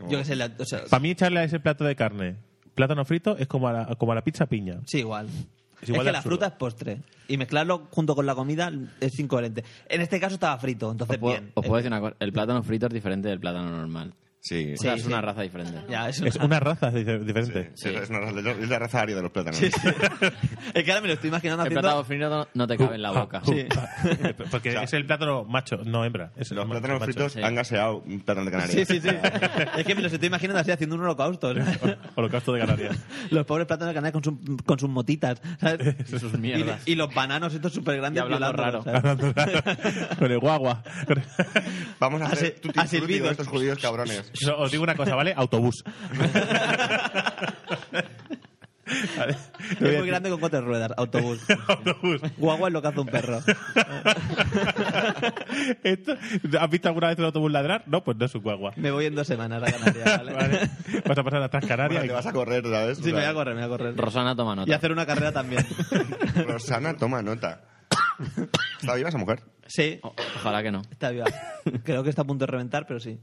Speaker 3: Yo qué sé, la- o sea,
Speaker 2: Para mí echarle a ese plato de carne plátano frito es como a la, como a la pizza piña.
Speaker 3: Sí, igual.
Speaker 2: Es igual
Speaker 3: es que
Speaker 2: de
Speaker 3: la
Speaker 2: absurdo.
Speaker 3: fruta es postre. Y mezclarlo junto con la comida es incoherente. En este caso estaba frito, entonces
Speaker 5: Os puedo,
Speaker 3: bien.
Speaker 5: os puedo decir una cosa. El plátano frito es diferente del plátano normal.
Speaker 4: Sí.
Speaker 5: O sea,
Speaker 3: Sí,
Speaker 5: es
Speaker 3: sí.
Speaker 5: una raza diferente.
Speaker 3: Ya, es, una-
Speaker 2: Es una raza dice-
Speaker 4: Sí,
Speaker 2: diferente.
Speaker 4: sí, Es, una raza- es la raza aria de los
Speaker 3: *laughs*
Speaker 4: plátanos.
Speaker 3: es que ahora me lo estoy imaginando
Speaker 5: El
Speaker 3: haciendo...
Speaker 5: plátano frito no- no te cabe en la
Speaker 2: Ah,
Speaker 5: boca.
Speaker 3: Sí.
Speaker 2: *laughs* Porque
Speaker 4: O sea,
Speaker 2: es el plátano macho, no hembra. Es
Speaker 4: Los
Speaker 2: ma-
Speaker 4: plátanos
Speaker 2: macho.
Speaker 4: fritos
Speaker 5: sí.
Speaker 4: han gaseado un plátano de Canarias.
Speaker 3: Sí, sí, sí. es que me los estoy imaginando así haciendo un holocausto.
Speaker 5: *laughs*
Speaker 3: ¿sabes?
Speaker 2: Holocausto de
Speaker 4: *laughs*
Speaker 2: Canarias.
Speaker 3: Los pobres plátanos canales con, su- con sus motitas, ¿sabes?
Speaker 5: Sus
Speaker 3: Y-
Speaker 5: mierdas.
Speaker 3: Y, los bananos estos súper
Speaker 5: Y
Speaker 3: grandes.
Speaker 5: hablando raro. *laughs*
Speaker 2: Hablando raro. Con el guagua.
Speaker 4: Vamos a
Speaker 3: Ha
Speaker 4: hacer
Speaker 3: si-
Speaker 4: tutti
Speaker 3: ha
Speaker 4: frutti
Speaker 3: servido.
Speaker 4: con estos judíos cabrones.
Speaker 2: No, os digo una cosa, ¿vale? Autobús. Vale.
Speaker 3: Es muy grande con cuatro ruedas,
Speaker 5: *laughs*
Speaker 3: autobús.
Speaker 2: Autobús.
Speaker 3: Guagua es lo que hace un perro.
Speaker 2: Esto- ¿Has visto alguna vez un autobús ladrar? No, pues no es un guagua.
Speaker 3: Me voy en dos semanas a Canarias, ¿vale?
Speaker 2: Vale. Vas a pasar a Transcanaria.
Speaker 4: Bueno, te vas a correr, ¿sabes?
Speaker 3: Sí,
Speaker 4: O
Speaker 3: me voy
Speaker 4: sea,
Speaker 3: a correr, me voy a correr.
Speaker 5: Rosana toma
Speaker 3: Y
Speaker 5: nota.
Speaker 3: hacer una carrera
Speaker 5: *laughs*
Speaker 3: también.
Speaker 4: Rosana, toma nota. *coughs* ¿Está viva esa mujer?
Speaker 3: Sí,
Speaker 5: O- Ojalá que no.
Speaker 3: está viva. Creo que está a punto de reventar, pero
Speaker 5: *laughs*
Speaker 3: sí.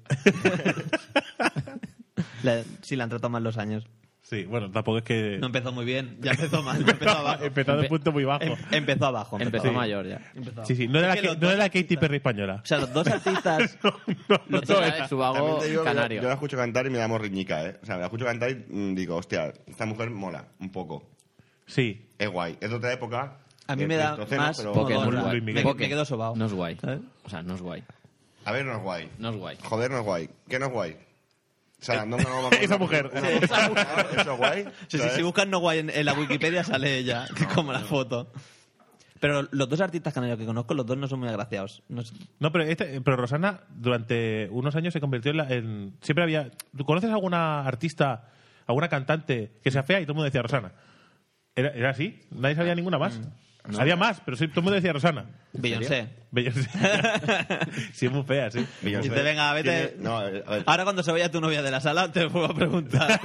Speaker 3: La- sí, la han tratado mal los años.
Speaker 2: Sí, bueno, tampoco es que...
Speaker 3: No empezó muy bien, ya empezó mal, ya
Speaker 5: *laughs*
Speaker 3: empezó abajo.
Speaker 2: Empezado en
Speaker 5: Empe-
Speaker 2: punto muy bajo.
Speaker 3: Em- empezó abajo.
Speaker 5: Empezó
Speaker 3: abajo.
Speaker 5: mayor ya.
Speaker 3: Empezó abajo.
Speaker 2: Sí, sí, no era,
Speaker 3: Es
Speaker 2: la,
Speaker 3: que
Speaker 2: que-
Speaker 3: los
Speaker 2: no
Speaker 3: dos-
Speaker 2: era la Katy Perry española.
Speaker 3: *laughs* O sea, los dos
Speaker 2: *laughs*
Speaker 3: artistas...
Speaker 5: Lo
Speaker 3: no
Speaker 5: tiene
Speaker 3: era.
Speaker 5: el subago
Speaker 4: También te digo que
Speaker 5: canario.
Speaker 4: Yo, yo la escucho cantar y me da morriñica, ¿eh? O sea, me la escucho cantar y mm, digo, hostia, esta mujer mola un poco.
Speaker 2: Sí.
Speaker 4: Es guay. Es de otra época.
Speaker 3: A mí
Speaker 4: eh,
Speaker 3: me da
Speaker 4: pleistoceno,
Speaker 3: más
Speaker 4: pero-
Speaker 5: Poké, no
Speaker 3: modorra.
Speaker 5: es guay.
Speaker 2: Luis Miguel. ¿Eh?
Speaker 3: Me,
Speaker 5: Poké.
Speaker 3: me quedo sobao.
Speaker 5: No es guay.
Speaker 3: ¿Sabes?
Speaker 5: O sea, no es guay.
Speaker 4: A ver, no es guay.
Speaker 5: No es guay.
Speaker 4: Joder, no es guay. ¿Qué no es guay? O sea, no, no, no, no,
Speaker 2: Esa
Speaker 4: no, *laughs*
Speaker 2: mujer.
Speaker 4: no, no, no,
Speaker 3: *laughs* Esa *laughs*
Speaker 4: no, Eso es guay.
Speaker 3: Sí, sí,
Speaker 4: ¿sabes?
Speaker 3: si buscas no guay en, en la Wikipedia sale ella, *laughs* que como la foto. Pero los dos artistas canarios que conozco, los dos no son muy agraciados. No es-
Speaker 2: No, pero, este, pero Rosana durante unos años se convirtió en, la- en- Siempre había... ¿Tú conoces alguna artista, alguna cantante que sea fea y todo el mundo decía Rosana? ¿Era, era así? Nadie sabía ninguna más. Había más, pero sí, todo el mundo decía Rosana.
Speaker 3: Beyoncé.
Speaker 2: Beyoncé. sí, es muy fea, sí.
Speaker 4: Beyoncé
Speaker 3: Dice, venga, vete.
Speaker 4: tiene- No, a ver.
Speaker 3: Ahora cuando se vaya tu novia de la sala te vuelvo a
Speaker 4: *laughs*
Speaker 3: preguntar.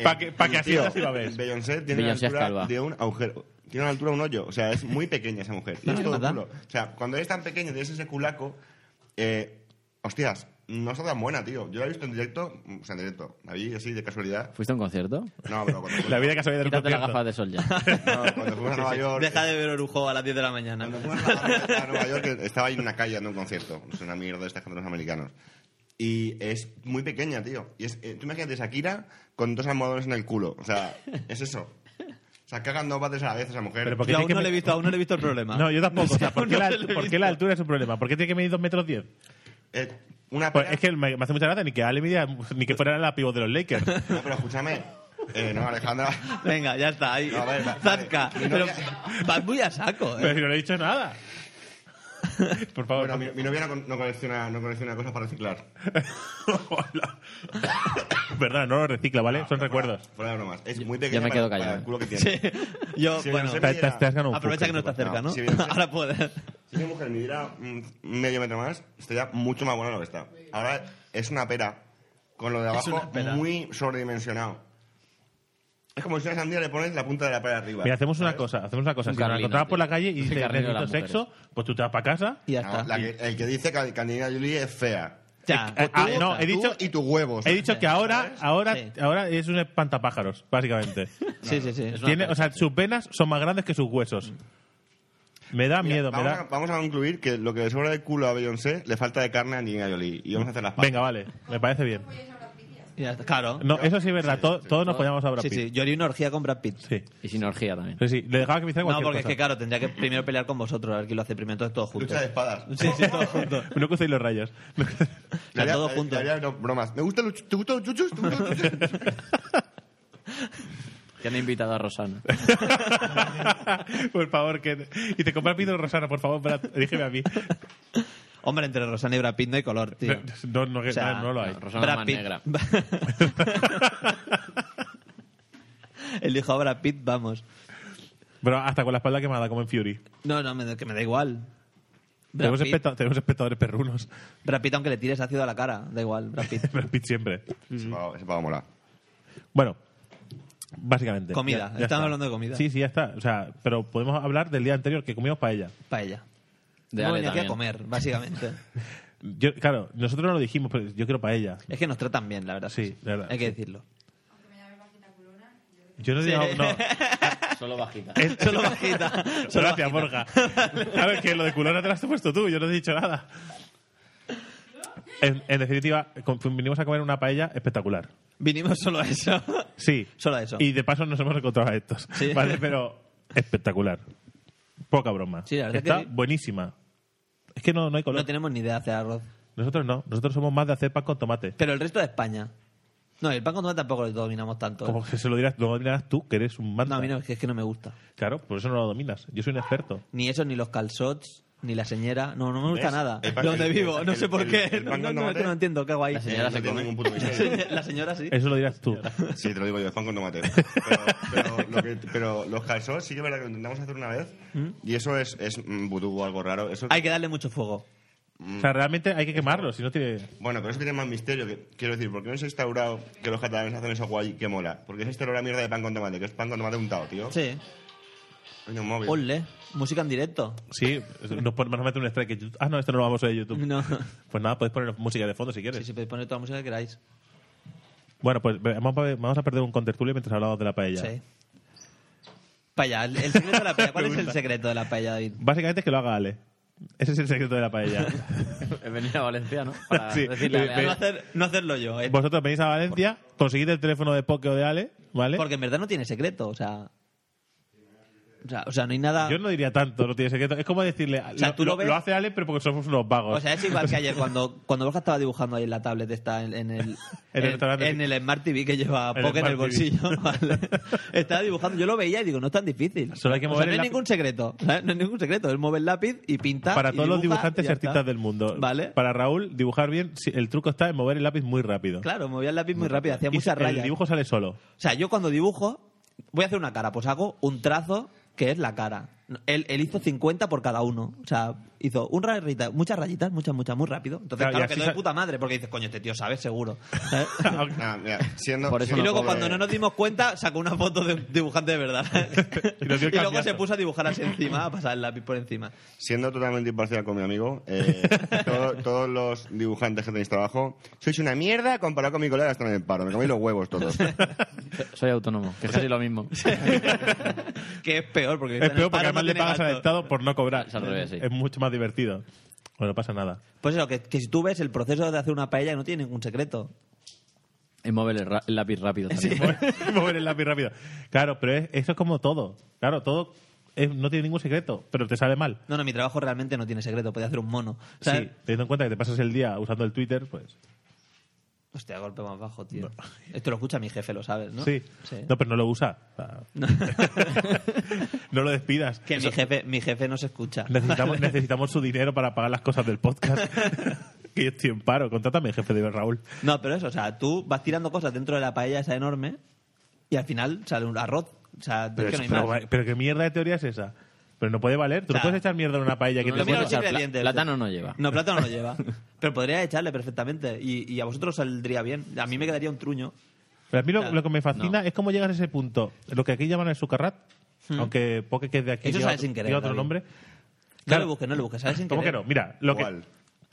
Speaker 2: Para que, pa' que así
Speaker 4: tío,
Speaker 2: así lo ves.
Speaker 4: Beyoncé tiene
Speaker 5: Beyoncé es
Speaker 4: la altura
Speaker 5: calva.
Speaker 4: de un agujero. Tiene una altura de un hoyo. O sea, es muy pequeña esa mujer. Y es todo
Speaker 3: ¿Verdad?
Speaker 4: culo. O sea, cuando eres tan pequeño, tienes ese culaco. Eh, hostias, no está tan buena, tío. Yo la he visto en directo. O sea, en directo. La vi así de casualidad.
Speaker 5: ¿Fuiste a un concierto?
Speaker 4: No, pero cuando,
Speaker 2: La vida que sabía del
Speaker 5: Quítate las
Speaker 2: concierto.
Speaker 5: gafas de sol
Speaker 2: *laughs*
Speaker 5: ya.
Speaker 4: no, cuando fuimos a Nueva York.
Speaker 3: Deja de ver Orujo a las 10 de la
Speaker 5: Ah,
Speaker 3: mañana.
Speaker 4: Cuando fuimos a Nueva- a Nueva York, estaba ahí en una calle dando un concierto. Es una mierda de esta gente de los americanos. Y es muy pequeña, tío. Y es, eh, tú imagínate Shakira con dos almohadones en el culo. O sea, es eso. O sea, cagan dos veces a la vez esa mujer.
Speaker 2: Pero porque
Speaker 3: Yo
Speaker 2: tiene
Speaker 3: aún,
Speaker 2: que
Speaker 3: no le he
Speaker 2: me-
Speaker 3: visto, aún no le he visto el problema.
Speaker 2: No, yo tampoco. o sea,
Speaker 3: *laughs* Aún
Speaker 2: ¿por qué,
Speaker 3: no
Speaker 2: la,
Speaker 3: se lo he
Speaker 2: por qué
Speaker 3: visto.
Speaker 2: la altura es un problema? ¿Por qué tiene que medir 2 metros 10?
Speaker 4: Eh, una
Speaker 2: Pues
Speaker 4: pera-
Speaker 2: es que me, me hace mucha gracia ni que Ale media, ni que fuera la pivot de los Lakers.
Speaker 4: No, pero escúchame. Eh, no,
Speaker 2: *laughs*
Speaker 4: Alejandra.
Speaker 3: Venga, ya está, ahí.
Speaker 4: No, a ver, va-
Speaker 3: Zasca.
Speaker 4: vale. Mi
Speaker 3: Pero
Speaker 4: novia-
Speaker 3: vas muy a saco,
Speaker 2: Pero
Speaker 3: ¿eh?
Speaker 2: si no le he dicho *laughs* nada. Por favor.
Speaker 4: Bueno, mi, mi novia no, con- no colecciona, no colecciona cosas para reciclar.
Speaker 2: *laughs* Hola. Perdona, no lo recicla, ¿vale? Son recuerdos.
Speaker 4: Fuera de bromas. Es muy pequeña
Speaker 5: me
Speaker 4: para-
Speaker 5: quedo
Speaker 4: para
Speaker 5: callado. eh.
Speaker 4: el culo
Speaker 5: *laughs*
Speaker 4: que tiene.
Speaker 3: Sí. Yo,
Speaker 4: Sí,
Speaker 3: bueno,
Speaker 4: no sé.
Speaker 2: Te, te- te has ganado un
Speaker 3: aprovecha que no
Speaker 2: poco.
Speaker 3: está cerca,
Speaker 4: No,
Speaker 3: ¿no?
Speaker 4: sí, Beyoncé.
Speaker 3: *laughs* Ahora puedes.
Speaker 4: Si mi mujer midiera mm, medio metro más, estaría mucho más bueno lo que está. Ahora es una pera, con lo de abajo
Speaker 3: una pera.
Speaker 4: muy sobredimensionado. Es como si a una sandía le pones la punta de la pera arriba.
Speaker 2: Mira, hacemos una cosa, hacemos una cosa.
Speaker 5: Un
Speaker 2: si nos
Speaker 5: Carlino,
Speaker 2: encontramos por
Speaker 5: tío.
Speaker 2: la calle y
Speaker 5: Es el
Speaker 2: dices
Speaker 5: Carlino de
Speaker 2: necesito
Speaker 5: las
Speaker 2: sexo, pues tú te vas para casa.
Speaker 3: Y ya
Speaker 4: No,
Speaker 3: está.
Speaker 4: Ah, la que- el que dice que Canina Julie es fea.
Speaker 3: Ya.
Speaker 2: Eh, ah, no, he
Speaker 4: Tú
Speaker 2: dicho,
Speaker 4: y tus huevos.
Speaker 2: he dicho que ahora, ahora,
Speaker 3: Sí.
Speaker 2: ahora es un espantapájaros, básicamente.
Speaker 3: Ah, Sí, sí, sí.
Speaker 5: Es una
Speaker 2: Tiene,
Speaker 5: percha,
Speaker 2: o sea, sus venas son más grandes que sus huesos. Me da
Speaker 4: Mira,
Speaker 2: miedo, me
Speaker 4: vamos, a,
Speaker 2: da.
Speaker 4: vamos a concluir que lo que le sobra de culo a Beyoncé le falta de carne a Angelina Jolie. Y vamos a hacer las paces.
Speaker 2: Venga, vale, me parece bien.
Speaker 3: Ya está. Claro.
Speaker 2: No, eso sí es verdad, to- todos nos poníamos a Brad
Speaker 3: sí,
Speaker 2: Pitt.
Speaker 3: sí. Yo haría una orgía con Brad Pitt.
Speaker 2: Sí.
Speaker 5: Y sin orgía también.
Speaker 2: Sí, sí, le dejaba que me hiciera
Speaker 3: No,
Speaker 2: cualquier
Speaker 3: porque es que,
Speaker 2: cosa.
Speaker 3: claro, tendría que primero pelear con vosotros, a ver quién lo hace primero. Entonces, todos juntos.
Speaker 4: Lucha de espadas.
Speaker 3: *laughs* Sí, sí, todos juntos.
Speaker 2: No crucéis los rayos.
Speaker 3: O sea, todos juntos.
Speaker 4: Le haría- no, bromas. ¿Me gusta los chu- ¿Te gustan los chuchos? ¿Te gustan los chuchos?
Speaker 5: Que han invitado a Rosana.
Speaker 2: *laughs* por favor, que. Y te compras pido Rosana, por favor, Brad, dígeme a mí.
Speaker 3: Hombre, entre Rosana y Brad Pitt no hay color, tío.
Speaker 2: No, no, que-
Speaker 3: O sea,
Speaker 2: no, no lo hay.
Speaker 5: no, Rosana es más negra.
Speaker 3: El hijo de Brad Pitt, vamos.
Speaker 2: Pero hasta con la espalda quemada, como en Fury.
Speaker 3: No, no, me, que me da igual. Brad
Speaker 2: Tenemos,
Speaker 3: Pitt,
Speaker 2: especta- tenemos espectadores perrunos.
Speaker 3: Brad Pitt, aunque le tires ácido a la cara, da igual, Brad Pitt.
Speaker 2: Brad Pitt siempre.
Speaker 4: Ese pavo- Ese pavo mola.
Speaker 2: Bueno, básicamente.
Speaker 3: Comida.
Speaker 2: Ya- ya
Speaker 3: Estamos
Speaker 2: está.
Speaker 3: hablando de comida.
Speaker 2: Sí, sí, ya está. O sea, pero podemos hablar del día anterior que comimos paella.
Speaker 3: Paella.
Speaker 5: De
Speaker 3: no
Speaker 5: Ale
Speaker 3: venía aquí a
Speaker 5: también.
Speaker 3: comer, básicamente.
Speaker 2: Yo, claro, nosotros no lo dijimos, pero yo quiero paella.
Speaker 3: es que nos tratan bien, la verdad.
Speaker 2: Sí, la verdad,
Speaker 3: Hay que
Speaker 2: sí.
Speaker 3: decirlo. *laughs*
Speaker 6: Aunque me llame Paquita Culona,
Speaker 2: Yo no he llamado. No.
Speaker 5: Solo bajita.
Speaker 2: Es- *laughs*
Speaker 3: Solo bajita. Solo
Speaker 2: Gracias, Borja. A ver, que lo de culona te lo has puesto tú, yo no te he dicho nada. En, en definitiva, con- vinimos a comer una paella espectacular.
Speaker 3: Vinimos solo a eso.
Speaker 2: Sí.
Speaker 3: Solo a eso.
Speaker 2: Y de paso nos hemos encontrado a estos.
Speaker 3: Sí.
Speaker 2: Vale, pero espectacular. Poca broma.
Speaker 3: Sí, la verdad
Speaker 2: Está
Speaker 3: que-
Speaker 2: buenísima. Es que no, no hay color.
Speaker 3: No tenemos ni idea de hacer arroz.
Speaker 2: Nosotros no. Nosotros somos más de hacer pan con tomate.
Speaker 3: Pero el resto de España. No, el pan con tomate tampoco lo dominamos tanto. ¿eh?
Speaker 2: Como que se lo dirás, lo dirás tú, que eres un manta.
Speaker 3: No, a mí no, es que, es que no me gusta.
Speaker 2: Claro, por eso no lo dominas. Yo soy un experto.
Speaker 3: Ni eso, ni los calzots, ni la señera. No, no me gusta
Speaker 4: ¿Ves?
Speaker 3: nada.
Speaker 4: El pan-
Speaker 3: Donde
Speaker 4: el-
Speaker 3: vivo,
Speaker 4: el-
Speaker 3: no
Speaker 4: el-
Speaker 3: sé por
Speaker 4: el-
Speaker 3: qué.
Speaker 4: el
Speaker 3: no,
Speaker 4: pan
Speaker 3: no,
Speaker 4: con
Speaker 3: no, es que
Speaker 4: tomate.
Speaker 3: no entiendo, qué guay.
Speaker 5: La señora se
Speaker 4: tiene
Speaker 5: come.
Speaker 4: ningún punto
Speaker 3: *laughs*
Speaker 4: de
Speaker 3: La
Speaker 4: vista.
Speaker 3: señora- la
Speaker 4: *laughs*
Speaker 3: señora sí.
Speaker 2: Eso lo dirás tú.
Speaker 4: Sí, te lo digo yo, es pan
Speaker 3: *laughs*
Speaker 4: con tomate. Pero, pero lo que- pero los calzots sí que es verdad que lo intentamos hacer una vez. Y eso es, es mm, vudú o algo raro. Eso,
Speaker 3: Hay que darle mucho fuego.
Speaker 2: o sea, realmente hay que quemarlo, si no tiene...
Speaker 4: Bueno, pero eso tiene más misterio. Que, quiero decir, ¿por qué no se ha instaurado que los catalanes hacen eso guay que mola? Porque es esta la mierda de pan con tomate, que es pan con tomate untado, tío.
Speaker 3: Sí.
Speaker 4: Coño, un móvil.
Speaker 3: Ole. Música en directo.
Speaker 2: Sí, pues, nos ponemos a meter un strike. en YouTube. Ah, no, esto no lo vamos a ver en YouTube.
Speaker 4: *laughs*
Speaker 3: No.
Speaker 2: Pues nada, podéis poner música de fondo si quieres.
Speaker 3: Sí, sí, podéis poner toda la música que queráis.
Speaker 2: Bueno, pues ve- vamos a ver- vamos a perder un contertulio mientras hablamos de la paella.
Speaker 3: Sí. Paella, el, el secreto de la paella. *laughs* ¿Cuál es el secreto de la paella, David?
Speaker 2: Básicamente es que lo haga Ale. Ese es el secreto de la
Speaker 3: *laughs*
Speaker 2: paella.
Speaker 5: Es venir a Valencia, ¿no? Para
Speaker 2: Sí.
Speaker 5: decirle a
Speaker 2: Ve-
Speaker 5: Ale,
Speaker 3: No, hacer- no hacerlo yo, ¿eh?
Speaker 2: Vosotros venís a Valencia, conseguid el teléfono de Poke o de Ale, ¿vale?
Speaker 3: Porque en verdad no tiene secreto, o sea. O sea, o sea, no hay nada.
Speaker 2: Yo no diría tanto, no tiene secreto. Es como decirle,
Speaker 3: sea, tú lo ves-
Speaker 2: hace Ale, pero porque somos unos vagos.
Speaker 3: O sea, es igual que ayer cuando, cuando Borja estaba dibujando ahí en la tablet esta
Speaker 2: *laughs*
Speaker 3: en, en el
Speaker 2: el restaurante.
Speaker 3: en el Smart TV que lleva
Speaker 2: El
Speaker 3: Poké en el
Speaker 2: Smart TV. *laughs*
Speaker 3: bolsillo, ¿vale? Estaba dibujando, yo lo veía y digo, no es tan difícil.
Speaker 2: Solo hay que
Speaker 3: O sea,
Speaker 2: mover el
Speaker 3: no hay
Speaker 2: lápiz.
Speaker 3: ningún secreto, *laughs* ¿sabes? No hay ningún secreto, es mover el lápiz y pintar.
Speaker 2: para
Speaker 3: y
Speaker 2: todos los
Speaker 3: dibuja
Speaker 2: dibujantes
Speaker 3: y
Speaker 2: y
Speaker 3: ya está.
Speaker 2: artistas del mundo.
Speaker 3: Vale.
Speaker 2: Para Raúl, dibujar bien, sí, el truco está en mover el lápiz muy rápido.
Speaker 3: Claro, movía el lápiz muy rápido, hacía
Speaker 2: Y
Speaker 3: muchas
Speaker 2: El
Speaker 3: rayas.
Speaker 2: dibujo sale solo.
Speaker 3: O sea, yo cuando dibujo, voy a hacer una cara, pues hago un trazo que es la cara. Él, él hizo 50 por cada uno. O sea, hizo un rayita, muchas rayitas, muchas, muchas, muy rápido. Entonces,
Speaker 2: Claro, y
Speaker 3: claro,
Speaker 2: así
Speaker 3: quedó de
Speaker 2: sa-
Speaker 3: puta madre, porque dices, coño, este tío
Speaker 2: *laughs*
Speaker 3: sabe seguro. ¿sabes? *laughs*
Speaker 4: Ah, mira, siendo,
Speaker 5: Por eso
Speaker 4: siendo-
Speaker 3: y luego,
Speaker 5: pobre.
Speaker 3: cuando no nos dimos cuenta, sacó una foto de un dibujante de verdad.
Speaker 2: *laughs* Y
Speaker 3: *laughs* y
Speaker 2: nos dio el
Speaker 3: luego
Speaker 2: cambiazo.
Speaker 3: se puso a dibujar así encima, a pasar el lápiz
Speaker 2: *laughs*
Speaker 3: por encima.
Speaker 4: Siendo totalmente imparcial con mi amigo, eh,
Speaker 3: *laughs*
Speaker 4: todo- todos los dibujantes que tenéis trabajo, sois una mierda comparado con mi colega que están en el paro. Me coméis los huevos
Speaker 3: *laughs*
Speaker 4: todos.
Speaker 5: Soy autónomo, que es casi
Speaker 2: *laughs*
Speaker 5: lo mismo.
Speaker 3: que es peor, porque
Speaker 2: Es peor porque
Speaker 3: paro no
Speaker 2: además le
Speaker 3: tiene
Speaker 2: pagas al
Speaker 3: gasto.
Speaker 2: Estado por no cobrar.
Speaker 5: Es al revés, sí.
Speaker 2: Es mucho más divertido. Bueno, no pasa nada.
Speaker 3: Pues eso, que, que si tú ves el proceso de hacer una paella, no tiene ningún secreto.
Speaker 5: Y mueve el, ra- el lápiz rápido también.
Speaker 2: Mover- *laughs* mover el lápiz rápido. Claro, pero es- eso es como todo. Claro, todo es- no tiene ningún secreto, pero te sale mal.
Speaker 3: No, no, mi trabajo realmente no tiene secreto, podía hacer un mono. ¿sabes?
Speaker 2: Sí, teniendo en cuenta que te pasas el día usando el Twitter, pues.
Speaker 3: Hostia, golpe más bajo, tío. Esto lo escucha mi jefe, lo sabes, ¿no?
Speaker 2: Sí. No, pero no lo usa. O sea, *laughs* no lo despidas.
Speaker 3: que mi
Speaker 2: Eso-
Speaker 3: jefe, mi jefe no se escucha.
Speaker 2: necesitamos, necesitamos su dinero para pagar las cosas del
Speaker 3: *laughs*
Speaker 2: podcast. que yo estoy en paro. Contrátame, jefe de Raúl.
Speaker 3: No, pero eso, o sea, tú vas tirando cosas dentro de la paella esa enorme y al final sale un arroz. O sea,
Speaker 2: Pero,
Speaker 3: es que no
Speaker 2: es-
Speaker 3: hay
Speaker 2: pero-
Speaker 3: más.
Speaker 2: pero qué mierda de teoría es esa. Pero no puede valer. Tú
Speaker 3: O
Speaker 2: no
Speaker 3: sea,
Speaker 2: puedes echar mierda en una paella que
Speaker 5: no
Speaker 2: te
Speaker 5: le puedes
Speaker 2: pueda-
Speaker 5: echar- pla-
Speaker 3: ingredientes.
Speaker 5: plátano no lleva.
Speaker 3: No, plátano no
Speaker 5: *laughs*
Speaker 3: lleva. Pero podría echarle perfectamente y, y a vosotros saldría bien. A mí me quedaría un truño.
Speaker 2: Pero a mí lo,
Speaker 3: Claro.
Speaker 2: lo que me fascina es cómo llegas a ese punto. Lo que aquí llaman el sucarrat, aunque Poke que es de aquí
Speaker 3: Hmm. Eso
Speaker 2: lleva
Speaker 3: sale
Speaker 2: otro,
Speaker 3: sin querer,
Speaker 2: lleva otro
Speaker 3: David.
Speaker 2: nombre.
Speaker 3: No
Speaker 2: Claro.
Speaker 3: le busques, no le busques, sale sin
Speaker 2: ¿Cómo que
Speaker 3: querer.
Speaker 2: no? Eh, Mira, lo que,
Speaker 4: Igual.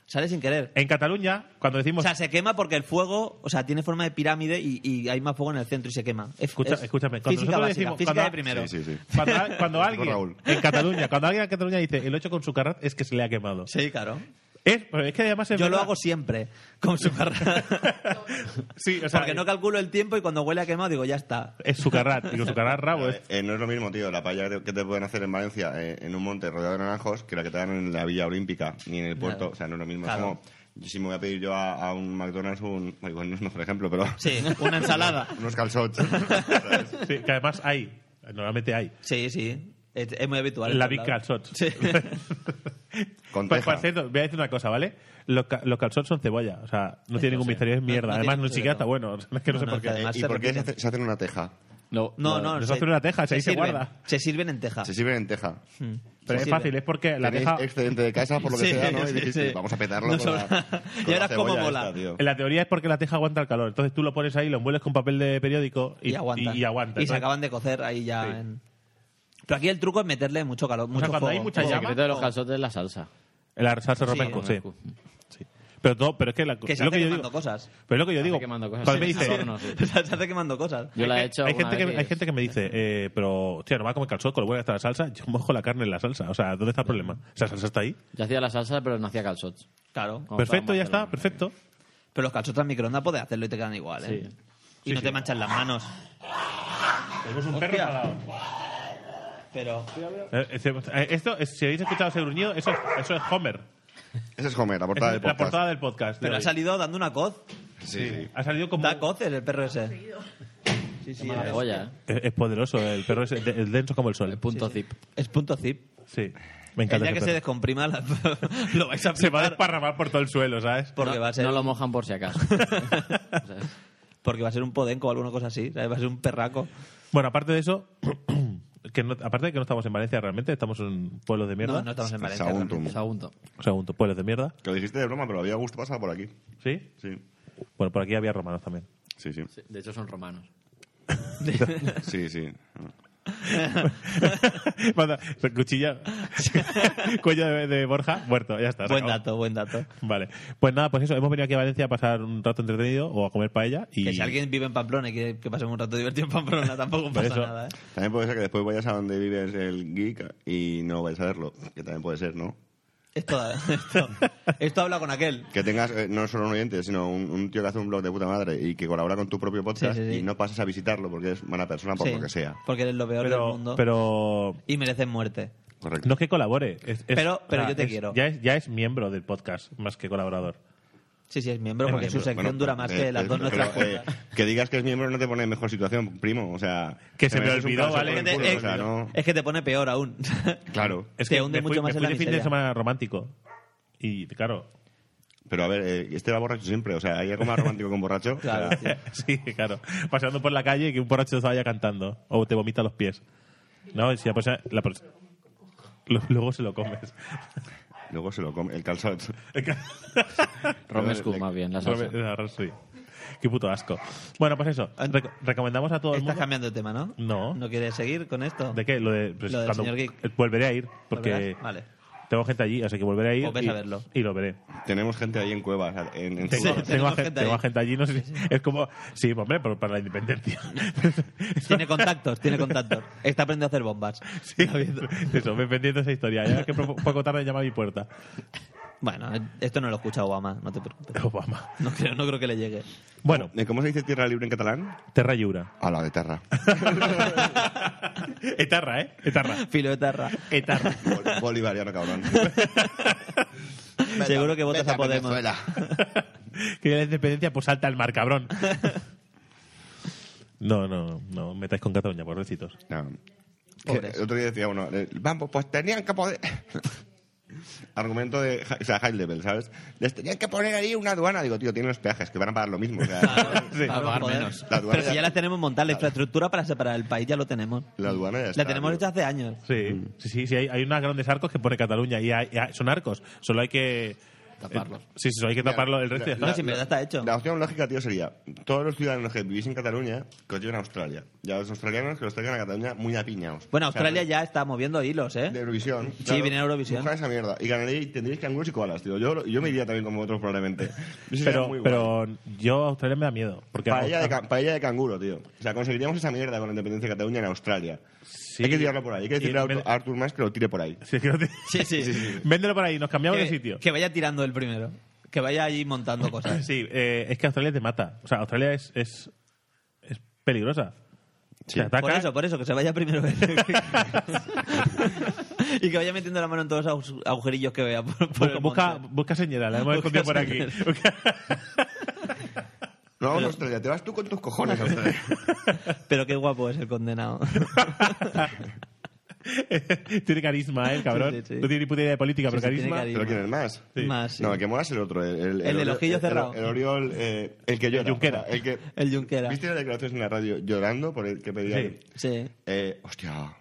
Speaker 3: Sale sin querer.
Speaker 2: en Cataluña, cuando
Speaker 3: O
Speaker 2: decimos...
Speaker 3: sea, se quema porque el fuego, o sea, tiene forma de pirámide y, y hay más fuego en el centro y se quema. Es-
Speaker 2: Escucha-
Speaker 3: es
Speaker 2: escúchame, cuando
Speaker 3: Física
Speaker 2: nosotros
Speaker 3: básica,
Speaker 2: decimos-
Speaker 3: física
Speaker 2: cuando-
Speaker 3: de primero.
Speaker 4: Sí, sí, sí.
Speaker 2: cuando, al- cuando alguien
Speaker 4: Raúl.
Speaker 2: en Cataluña, cuando alguien en Cataluña dice el 8 con sucarrat, es que se le ha quemado.
Speaker 3: Sí, claro.
Speaker 2: Es, pero es que además es
Speaker 3: Yo lo
Speaker 2: verdad.
Speaker 3: hago siempre con sucarrat.
Speaker 2: Sí, *laughs* o sea,
Speaker 3: Porque no calculo el tiempo y cuando huele a quemado digo, ya está.
Speaker 2: es sucarrat. Y con sucarrat rabo es...
Speaker 4: Eh, eh, no es lo mismo, tío, la paella que te- que te pueden hacer en Valencia eh, en un monte rodeado de naranjos que la que te dan en la Villa Olímpica ni en el puerto.
Speaker 3: Claro.
Speaker 4: O sea, no es lo mismo. Es
Speaker 3: Claro.
Speaker 4: como, yo si me voy a pedir yo a, a un McDonald's un... Igual no es mejor ejemplo, pero...
Speaker 3: Sí, una ensalada.
Speaker 4: *laughs*
Speaker 3: *laughs*
Speaker 4: unos calzots. ¿sabes?
Speaker 2: Sí, que además hay. Normalmente hay.
Speaker 3: Sí, sí. Es, es muy habitual. en
Speaker 2: La
Speaker 3: todos
Speaker 2: Big
Speaker 3: lados.
Speaker 2: Calzot. *laughs*
Speaker 3: Sí.
Speaker 4: Con
Speaker 2: Pues,
Speaker 4: teja.
Speaker 2: por cierto, voy a decir una cosa, ¿vale? Los, ca- los calzots son cebolla. O sea, no tiene ningún
Speaker 3: sí.
Speaker 2: misterio, es
Speaker 3: No-
Speaker 2: mierda.
Speaker 3: no tiene
Speaker 2: además,
Speaker 3: ningún
Speaker 2: ni siquiera está
Speaker 3: secreto.
Speaker 2: bueno. *laughs* Es que no,
Speaker 3: No,
Speaker 2: sé
Speaker 3: no,
Speaker 2: por
Speaker 3: es que
Speaker 2: qué.
Speaker 3: además-
Speaker 4: Eh, ¿Y
Speaker 3: se
Speaker 4: por qué se,
Speaker 3: repite.
Speaker 4: hace- se hacen una teja?
Speaker 5: Lo-
Speaker 3: No,
Speaker 5: lo-
Speaker 3: no.
Speaker 2: Nos
Speaker 3: se-
Speaker 2: hacen una teja, se ahí se
Speaker 3: sirven,
Speaker 2: guarda.
Speaker 3: Se sirven en teja.
Speaker 4: Se sirven en teja.
Speaker 2: Pero es
Speaker 3: Sí,
Speaker 2: fácil,
Speaker 3: sí.
Speaker 2: es porque la
Speaker 4: Tenéis
Speaker 2: teja.
Speaker 4: excedente de casa, por lo que
Speaker 3: *laughs* Sí,
Speaker 4: sea, ¿no?
Speaker 3: sí,
Speaker 4: Y dijiste,
Speaker 3: sí.
Speaker 4: vamos a petarlo
Speaker 3: No
Speaker 4: con la,
Speaker 3: *laughs* sobra.
Speaker 4: con
Speaker 3: Y
Speaker 4: la
Speaker 3: ahora cómo
Speaker 4: cebolla
Speaker 3: mola.
Speaker 4: esta, tío.
Speaker 2: En la teoría es porque la teja aguanta el calor. Entonces tú lo pones ahí, lo envuelves con papel de periódico y,
Speaker 3: Y, aguanta.
Speaker 2: Y, y aguanta.
Speaker 3: Y se
Speaker 2: Entonces,
Speaker 3: acaban de cocer ahí ya. en- Pero aquí el truco es meterle mucho calor.
Speaker 2: O sea,
Speaker 3: mucho
Speaker 2: cuando
Speaker 3: fuego.
Speaker 2: hay mucha
Speaker 5: El
Speaker 2: llama.
Speaker 5: secreto de los calzotes es la salsa.
Speaker 2: El salsa romesco, Pues sí.
Speaker 5: Romescu.
Speaker 2: Sí. Pero, todo, pero es que, la,
Speaker 3: Que
Speaker 2: es
Speaker 3: se
Speaker 2: lo
Speaker 3: hace
Speaker 2: que yo
Speaker 3: quemando
Speaker 2: digo.
Speaker 3: cosas.
Speaker 2: Pero es lo que yo digo.
Speaker 5: quemando cosas.
Speaker 2: Cuando me
Speaker 5: Sí,
Speaker 2: dice,
Speaker 3: *laughs*
Speaker 5: sí. No, sí.
Speaker 3: se hace quemando cosas.
Speaker 5: Yo la he hecho.
Speaker 2: hay
Speaker 5: alguna
Speaker 2: gente, que,
Speaker 5: vez y
Speaker 2: hay
Speaker 5: es-
Speaker 2: gente que me *laughs* dice, eh, pero, tío, no va a comer calzón, con lo bueno que está la salsa. Yo mojo la carne en la salsa. O sea, ¿dónde está el problema? O sea, la salsa está ahí.
Speaker 5: Yo hacía la salsa, pero no hacía calzots.
Speaker 3: Claro.
Speaker 5: Como
Speaker 2: Perfecto,
Speaker 5: para
Speaker 2: ya está,
Speaker 5: Barcelona.
Speaker 2: perfecto.
Speaker 3: Pero los calzotas microondas puedes hacerlo y te quedan igual, ¿eh?
Speaker 5: Sí.
Speaker 3: Y no te manchan las manos.
Speaker 2: Tenemos un
Speaker 3: perro enfadado. Pero.
Speaker 2: Eh, esto, es- si habéis escuchado ese gruñido, eso, es- eso es Homer.
Speaker 4: Esa es Homer, la
Speaker 2: Es
Speaker 4: portada del
Speaker 2: la
Speaker 4: podcast.
Speaker 2: portada del podcast. de
Speaker 3: Pero ha
Speaker 2: hoy.
Speaker 3: salido dando una coz.
Speaker 4: Sí, sí.
Speaker 2: Ha salido como.
Speaker 3: Da coces el perro ese. Sí, sí.
Speaker 5: Mala
Speaker 3: Es,
Speaker 5: polla, ¿eh?
Speaker 2: Es, es poderoso, el perro es, de- es denso como el
Speaker 5: El
Speaker 2: sol.
Speaker 5: punto zip.
Speaker 3: es punto zip.
Speaker 2: Sí, me
Speaker 3: El
Speaker 2: encanta.
Speaker 3: día que
Speaker 2: ese
Speaker 3: se
Speaker 2: perro.
Speaker 3: descomprima la- *laughs* lo vais a
Speaker 2: Se va a
Speaker 3: flipar
Speaker 2: desparramar por todo el suelo, ¿sabes?
Speaker 3: porque
Speaker 5: no,
Speaker 3: va a ser
Speaker 5: no lo mojan por si acaso. O sea,
Speaker 3: porque va a ser un podenco o alguna cosa así, ¿sabes? va a ser un perraco.
Speaker 2: Bueno, aparte de eso, *clears throat* que no- aparte de que no estamos en Valencia realmente, estamos en pueblos de mierda.
Speaker 3: No, no estamos en Valencia.
Speaker 4: Saguntum.
Speaker 5: Sagunto.
Speaker 2: O sea, un pueblos de mierda.
Speaker 4: Que lo dijiste de broma, pero había gusto pasar por aquí.
Speaker 2: ¿Sí?
Speaker 4: Sí,
Speaker 2: Bueno, por aquí había romanos también. *laughs*
Speaker 4: sí, sí.
Speaker 5: De hecho, son romanos.
Speaker 4: Sí, sí.
Speaker 2: Manda, cuchilla, *laughs* cuello de, de Borja, muerto, ya está. se
Speaker 3: Buen
Speaker 2: acabó.
Speaker 3: dato, buen dato.
Speaker 2: Vale. Pues nada, pues eso, hemos venido aquí a Valencia a pasar un rato entretenido o a comer paella y...
Speaker 3: Que si alguien vive en Pamplona y quiere que pasemos un rato divertido en Pamplona, tampoco
Speaker 2: Por
Speaker 3: pasa
Speaker 2: eso.
Speaker 3: nada, ¿eh?
Speaker 4: También puede ser que después vayas a donde vives el geek y no vayas a verlo. Que también puede ser, ¿no?
Speaker 3: Esto, esto, esto habla con aquel.
Speaker 4: Que tengas eh, no solo un oyente, sino un, un tío que hace un blog de puta madre y que colabora con tu propio podcast
Speaker 3: Sí, sí, sí.
Speaker 4: y no pases a visitarlo porque es mala persona por
Speaker 3: Sí,
Speaker 4: lo que sea.
Speaker 3: Porque eres lo peor del
Speaker 2: pero,
Speaker 3: mundo.
Speaker 2: pero
Speaker 3: y mereces muerte.
Speaker 4: Correcto.
Speaker 2: no es que colabore. es- es-
Speaker 3: Pero- pero yo te
Speaker 2: es-
Speaker 3: quiero.
Speaker 2: Ya es, ya es miembro del podcast, más que colaborador.
Speaker 3: Sí, sí, es miembro,
Speaker 2: Es
Speaker 3: porque su
Speaker 2: miembro,
Speaker 3: sección
Speaker 4: Bueno,
Speaker 3: dura más
Speaker 4: eh,
Speaker 3: que las
Speaker 4: eh,
Speaker 3: dos
Speaker 4: pero,
Speaker 3: nuestras
Speaker 4: eh,
Speaker 3: cosas.
Speaker 4: que digas que es miembro no te pone en mejor situación, primo. O sea,
Speaker 2: Que se me
Speaker 4: mereces un
Speaker 2: olvidó,
Speaker 4: calzón
Speaker 2: vale,
Speaker 4: por
Speaker 2: que te-
Speaker 4: el culo,
Speaker 2: eh,
Speaker 4: o sea, no-
Speaker 3: Es que te pone peor aún. *laughs*
Speaker 4: Claro.
Speaker 2: Es
Speaker 3: Te
Speaker 2: que me
Speaker 3: hunde
Speaker 2: fui,
Speaker 3: mucho más
Speaker 2: me
Speaker 3: en la
Speaker 2: fui de fin de
Speaker 3: miseria.
Speaker 2: semana romántico. Y claro,
Speaker 4: Pero a ver, eh, este va borracho siempre. O sea, hay algo más romántico con borracho.
Speaker 3: Claro,
Speaker 4: O
Speaker 3: tío.
Speaker 4: sea,
Speaker 2: *laughs* sí, claro. Paseando por la calle y que un borracho te vaya cantando o te vomita los pies. No, si la persona- la pers- Lu- Luego se lo comes. *laughs*
Speaker 4: Luego se lo come el calzado. *laughs*
Speaker 5: Romescu, más bien, la salsa.
Speaker 2: Sí. Qué puto asco. Bueno, pues eso. Reco- recomendamos a todo el
Speaker 3: Estás
Speaker 2: mundo.
Speaker 3: cambiando de tema, ¿no?
Speaker 2: No.
Speaker 3: ¿No quieres seguir con esto?
Speaker 2: ¿De qué? Lo de. pues,
Speaker 3: Lo del
Speaker 2: cuando-
Speaker 3: señor Geek.
Speaker 2: Volveré a ir, porque
Speaker 3: ¿Volverás? Vale.
Speaker 2: tengo gente allí, así que volveré a ir.
Speaker 3: Pues ves
Speaker 2: y,
Speaker 3: a verlo.
Speaker 2: y lo veré.
Speaker 4: Tenemos gente ahí en cuevas. En, en
Speaker 2: Tengo,
Speaker 3: Sí,
Speaker 4: Cuba.
Speaker 2: tengo, a
Speaker 3: tenemos
Speaker 2: gente,
Speaker 3: gente
Speaker 2: tengo
Speaker 3: ahí.
Speaker 2: a gente allí, no sé si- Es como. Sí, hombre, pero para la
Speaker 3: *laughs*
Speaker 2: independencia.
Speaker 3: Tiene contactos, tiene contactos. Está aprendiendo a hacer bombas.
Speaker 2: Sí, *laughs* eso, me pendiente esa historia. Ya que poco poco tarde llama a mi puerta. *laughs*
Speaker 3: Bueno, esto no lo escucha Obama, no te preocupes.
Speaker 2: Obama.
Speaker 3: No creo, no creo que le llegue.
Speaker 2: Bueno,
Speaker 4: ¿De ¿Cómo se dice tierra libre en catalán?
Speaker 2: Terra
Speaker 3: *laughs*
Speaker 2: Lliura.
Speaker 4: A la de Terra.
Speaker 2: Etarra, ¿eh? Etarra.
Speaker 3: Filo de tarra.
Speaker 2: Etarra.
Speaker 4: Bol- Bolivariano, cabrón.
Speaker 3: *laughs* Seguro que votas a Podemos.
Speaker 2: *laughs* que la independencia, pues salta el mar,
Speaker 3: *laughs*
Speaker 2: cabrón. No, no, no metáis con Cataluña, pobrecitos.
Speaker 4: No. Que
Speaker 3: Pobres.
Speaker 4: El otro día decía uno, eh, vamos, pues tenían que poder... *laughs* Argumento de, o sea, high level, ¿sabes? Les tenían que poner ahí una aduana. Digo, tío, tienen los peajes, que van a pagar lo mismo. o sea, *laughs*
Speaker 2: Sí.
Speaker 3: Claro,
Speaker 5: pagar
Speaker 3: joder.
Speaker 5: menos.
Speaker 4: La
Speaker 3: *laughs*
Speaker 4: aduana
Speaker 3: Pero si
Speaker 4: ya-
Speaker 3: ya la tenemos montada, la infraestructura para separar el país ya lo tenemos.
Speaker 4: la aduana ya está,
Speaker 3: la tenemos
Speaker 4: tío.
Speaker 3: hecha hace años.
Speaker 2: Sí,
Speaker 3: Mm.
Speaker 2: sí, sí, sí, hay, hay unos grandes arcos que pone Cataluña y hay- y hay- son arcos. Solo hay que.
Speaker 5: Taparlos.
Speaker 2: eh, sí, sí, solo hay que
Speaker 4: Mira,
Speaker 2: taparlo el resto.
Speaker 4: la-
Speaker 2: ya está.
Speaker 3: No, si en verdad está hecho.
Speaker 4: La opción lógica, tío, sería todos los ciudadanos que vivís en Cataluña que os lleven a Australia. Y a los australianos que los traigan a Cataluña muy apiñados.
Speaker 3: Bueno,
Speaker 4: O sea,
Speaker 3: Australia ya está moviendo hilos,
Speaker 4: De
Speaker 3: ¿eh?
Speaker 4: Eurovisión.
Speaker 3: Sí, viene a Eurovisión.
Speaker 4: Busca esa mierda. Y ganaréis, tendréis canguros y koalas, tío. Yo, lo- yo me iría también con vosotros probablemente. Eso sería
Speaker 2: Pero,
Speaker 4: muy guay.
Speaker 2: pero yo a Australia me da miedo. Porque
Speaker 4: Paella de, ca- paella de canguro, tío. O sea, conseguiríamos esa mierda con la independencia de Cataluña en Australia.
Speaker 2: Sí.
Speaker 4: Hay que tirarlo por ahí. Hay que
Speaker 2: Y
Speaker 4: decirle a
Speaker 2: me-
Speaker 4: Artu- a Artur Mas que lo tire por ahí.
Speaker 2: *laughs* Sí, es que no te-
Speaker 3: Sí, sí.
Speaker 2: Véndelo por ahí, nos cambiamos
Speaker 3: que,
Speaker 2: de sitio.
Speaker 3: que vaya tirando el primero. Que vaya allí
Speaker 2: *laughs*
Speaker 3: montando cosas.
Speaker 2: Sí, eh, es que Australia te mata. O sea, Australia es, es, es peligrosa.
Speaker 4: Sí.
Speaker 2: Te ataca.
Speaker 3: Por eso, por eso, que se vaya primero él. *laughs* y que vaya metiendo la mano en todos los agu- agujerillos que vea. Por, por
Speaker 2: Busca,
Speaker 3: el
Speaker 2: busca,
Speaker 3: monte.
Speaker 2: busca señal, la hemos
Speaker 3: *laughs* Busca
Speaker 2: escondido por aquí.
Speaker 3: señal.
Speaker 4: No vamos a Australia. Te vas tú con tus cojones a Australia.
Speaker 3: Pero qué guapo es el
Speaker 2: *laughs*
Speaker 3: condenado. *laughs*
Speaker 2: tiene carisma, ¿eh, el cabrón?
Speaker 3: Sí, sí, sí.
Speaker 2: No tiene ni puta idea de política,
Speaker 3: Sí,
Speaker 2: pero
Speaker 3: sí, tiene
Speaker 2: carisma.
Speaker 3: carisma.
Speaker 4: ¿Pero quién es más?
Speaker 2: Sí.
Speaker 3: Más, sí.
Speaker 4: No, el que mola es el otro. El,
Speaker 3: El del
Speaker 4: Oriol-
Speaker 3: ojillo
Speaker 4: el-
Speaker 3: cerrado.
Speaker 4: El, Oriol, eh, el que llora.
Speaker 2: El Junquera.
Speaker 4: O sea, El que,
Speaker 3: El Junquera.
Speaker 4: ¿Viste las declaraciones en la radio llorando por el que pedía?
Speaker 2: Sí.
Speaker 3: Sí.
Speaker 4: Eh, hostia.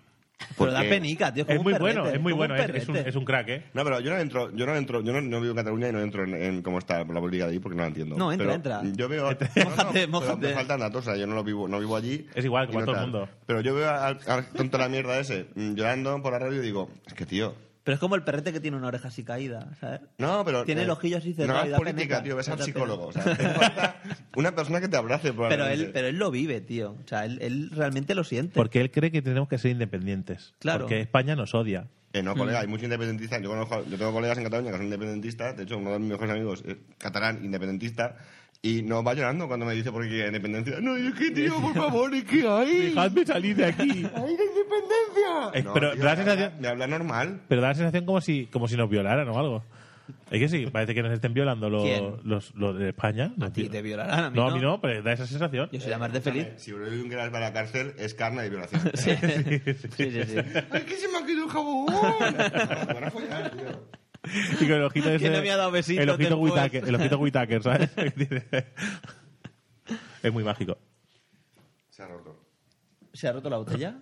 Speaker 4: ¿por
Speaker 3: Pero da
Speaker 4: qué?
Speaker 3: penica, tío. como
Speaker 2: Es
Speaker 3: un
Speaker 2: muy
Speaker 3: perrete,
Speaker 2: bueno, es muy
Speaker 3: como
Speaker 2: bueno.
Speaker 3: un
Speaker 2: Es, es un,
Speaker 3: perrete.
Speaker 2: es un crack, ¿eh?
Speaker 4: No, pero yo no entro, yo no entro, yo no, no vivo en Cataluña y no entro en, en cómo está la política de ahí porque no la entiendo.
Speaker 3: No, entra,
Speaker 4: Pero
Speaker 3: entra. Este,
Speaker 4: Yo veo.
Speaker 2: Entra.
Speaker 4: *laughs* No, no,
Speaker 3: Mójate,
Speaker 4: pero
Speaker 3: mójate.
Speaker 4: Me faltan datos, o sea, yo no lo vivo, no vivo allí.
Speaker 2: Es igual, como
Speaker 4: y no
Speaker 2: a todo el
Speaker 4: tal.
Speaker 2: mundo.
Speaker 4: Pero yo veo al, al tonto de la mierda ese mm, llorando por la radio y digo, es que tío,
Speaker 3: Pero es como el perrete que tiene una oreja así caída, ¿sabes?
Speaker 4: No, pero.
Speaker 3: Tiene
Speaker 4: eh,
Speaker 3: el ojillo así cerrado
Speaker 4: No
Speaker 3: y
Speaker 4: hagas
Speaker 3: da
Speaker 4: política,
Speaker 3: penita.
Speaker 4: tío, ves
Speaker 3: Da
Speaker 4: al
Speaker 3: pena.
Speaker 4: psicólogo. O sea, *laughs* te falta una persona que te abrace,
Speaker 3: Pero él,
Speaker 4: probablemente.
Speaker 3: pero él lo vive, tío. O sea, él, él realmente lo siente.
Speaker 2: Porque él cree que tenemos que ser independientes.
Speaker 3: Claro.
Speaker 2: Porque España nos odia.
Speaker 4: Eh, no, colega, hay muchos independentistas. Yo, conozco- yo tengo colegas en Cataluña que son independentistas. De hecho, uno de mis mejores amigos es catalán, independentista. Y no va llorando cuando me dice por qué quiere independencia. No, y es que, tío,
Speaker 2: *laughs*
Speaker 4: por favor, es que hay.
Speaker 2: Dejadme salir de aquí.
Speaker 4: ¡Hay la independencia!
Speaker 2: Eh, pero
Speaker 4: tío,
Speaker 2: da la
Speaker 4: me,
Speaker 2: sensación-
Speaker 4: habla, me habla normal.
Speaker 2: Pero da la sensación como si, como si nos violaran o algo. Es que sí, parece que nos estén violando
Speaker 3: ¿Quién?
Speaker 2: los, los, los de España. Nos
Speaker 3: ti
Speaker 2: violan.
Speaker 3: te violarán, a mí
Speaker 2: no.
Speaker 3: no.
Speaker 2: a mí no, Eh, pero da esa sensación.
Speaker 3: Yo soy la más de feliz.
Speaker 4: Si Oriol Junqueras va a la cárcel, es carne
Speaker 2: *laughs*
Speaker 4: de violación.
Speaker 3: *laughs* Sí, sí, sí. sí.
Speaker 4: *laughs* ¡Ay, que se me ha quedado un jabón! No, van a follar,
Speaker 2: *laughs*
Speaker 4: tío.
Speaker 2: Y con el ojito
Speaker 3: *laughs* Que
Speaker 2: ese-
Speaker 3: no me ha dado besitos
Speaker 2: El ojito
Speaker 3: después.
Speaker 2: Whittaker, el ojito Whittaker, ¿sabes? *laughs* Que tiene. es muy mágico.
Speaker 4: Se ha roto.
Speaker 3: ¿Se ha roto la botella?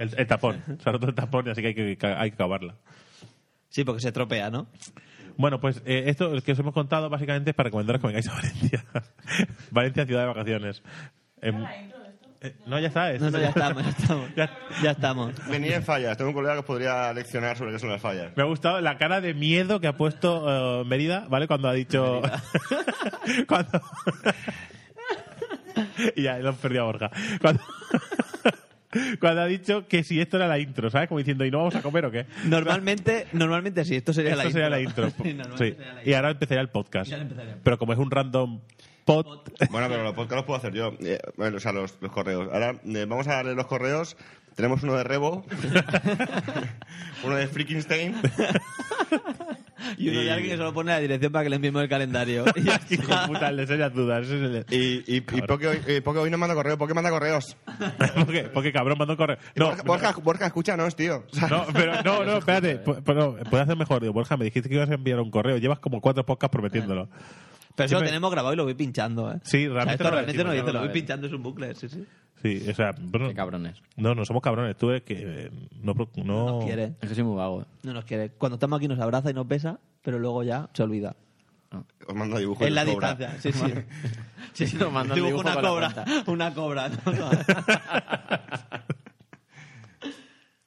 Speaker 2: El, el tapón. Se ha roto el tapón, así que hay que, ca- hay que acabarla.
Speaker 3: *clears throat* Sí, porque se tropea, ¿no?
Speaker 2: Bueno, pues eh, esto el que os hemos contado básicamente es para recomendaros que vengáis a Valencia. *laughs* Valencia, ciudad de vacaciones. Em, eh, no, ya está. es-
Speaker 3: No, no,
Speaker 2: *laughs*
Speaker 3: ya estamos, ya estamos.
Speaker 2: Ya-
Speaker 3: Ya estamos.
Speaker 4: Venir en fallas. Tengo un colega que os podría leccionar sobre qué son las fallas.
Speaker 2: Me ha gustado la cara de miedo que ha puesto eh, Mérida, ¿vale? Cuando ha dicho. *laughs* Cuando. y ya, lo he perdido a Borja. Cuando... *laughs* Cuando ha dicho que si esto era la intro, ¿sabes? Como diciendo, ¿y no vamos a comer o qué?
Speaker 3: Normalmente, normalmente sí, esto sería
Speaker 2: Esto
Speaker 3: la
Speaker 2: sería la
Speaker 3: intro.
Speaker 2: intro.
Speaker 3: *laughs* Sí, normalmente
Speaker 2: Sí.
Speaker 3: sería la
Speaker 2: Y ahora empezaría el podcast.
Speaker 3: Ya lo empezaría.
Speaker 2: Pero como es un random pod,
Speaker 4: Bueno, pero los podcasts los puedo hacer yo. Eh, bueno, o sea, los, los correos. Ahora eh, vamos a darle los correos. Tenemos uno de Rebo, *laughs* uno de Freakinstein.
Speaker 3: Y uno de alguien que solo pone la dirección para que le enviemos
Speaker 2: *laughs*
Speaker 3: el calendario. Y ya está.
Speaker 2: hijo de puta, el de serias dudas. Ese es el de-
Speaker 4: Y, y, y Poke hoy, eh, Poke hoy no manda correo. Poke manda correos.
Speaker 2: porque, porque cabrón mandó un correo. No,
Speaker 4: Borja, Borja, Borja, escúchanos, tío. O sea,
Speaker 2: No, pero no,
Speaker 3: *laughs*
Speaker 2: no, espérate. Pu- Pero puedes hacer mejor. Digo, Borja, me dijiste que ibas a enviar un correo. Llevas como cuatro podcasts prometiéndolo.
Speaker 3: Pero eso lo
Speaker 2: Siempre-
Speaker 3: tenemos grabado y lo voy pinchando, ¿eh?
Speaker 2: Sí,
Speaker 3: O sea,
Speaker 2: realmente
Speaker 3: esto
Speaker 2: no lo eh.
Speaker 3: realmente
Speaker 2: decimos,
Speaker 3: no lo dice, lo
Speaker 5: no lo
Speaker 3: voy
Speaker 5: ves.
Speaker 3: pinchando, es un bucle, sí, sí.
Speaker 2: Sí, o sea, bueno,
Speaker 5: Qué cabrones.
Speaker 2: no, no somos cabrones. Tú es que eh, no, pro- no-
Speaker 3: No nos quiere,
Speaker 5: Es que soy muy vago. eh.
Speaker 3: no nos quiere. Cuando estamos aquí nos abraza y nos besa, pero luego ya se olvida.
Speaker 4: os mando dibujos.
Speaker 3: En
Speaker 4: de
Speaker 3: la
Speaker 4: cobra.
Speaker 3: distancia, sí, sí.
Speaker 5: *laughs* Sí, sí, nos mandan
Speaker 3: Dibujo
Speaker 5: dibujo
Speaker 3: una
Speaker 5: con la
Speaker 3: cobra,
Speaker 5: cuenta.
Speaker 3: una cobra.
Speaker 5: *laughs*
Speaker 3: ¿no?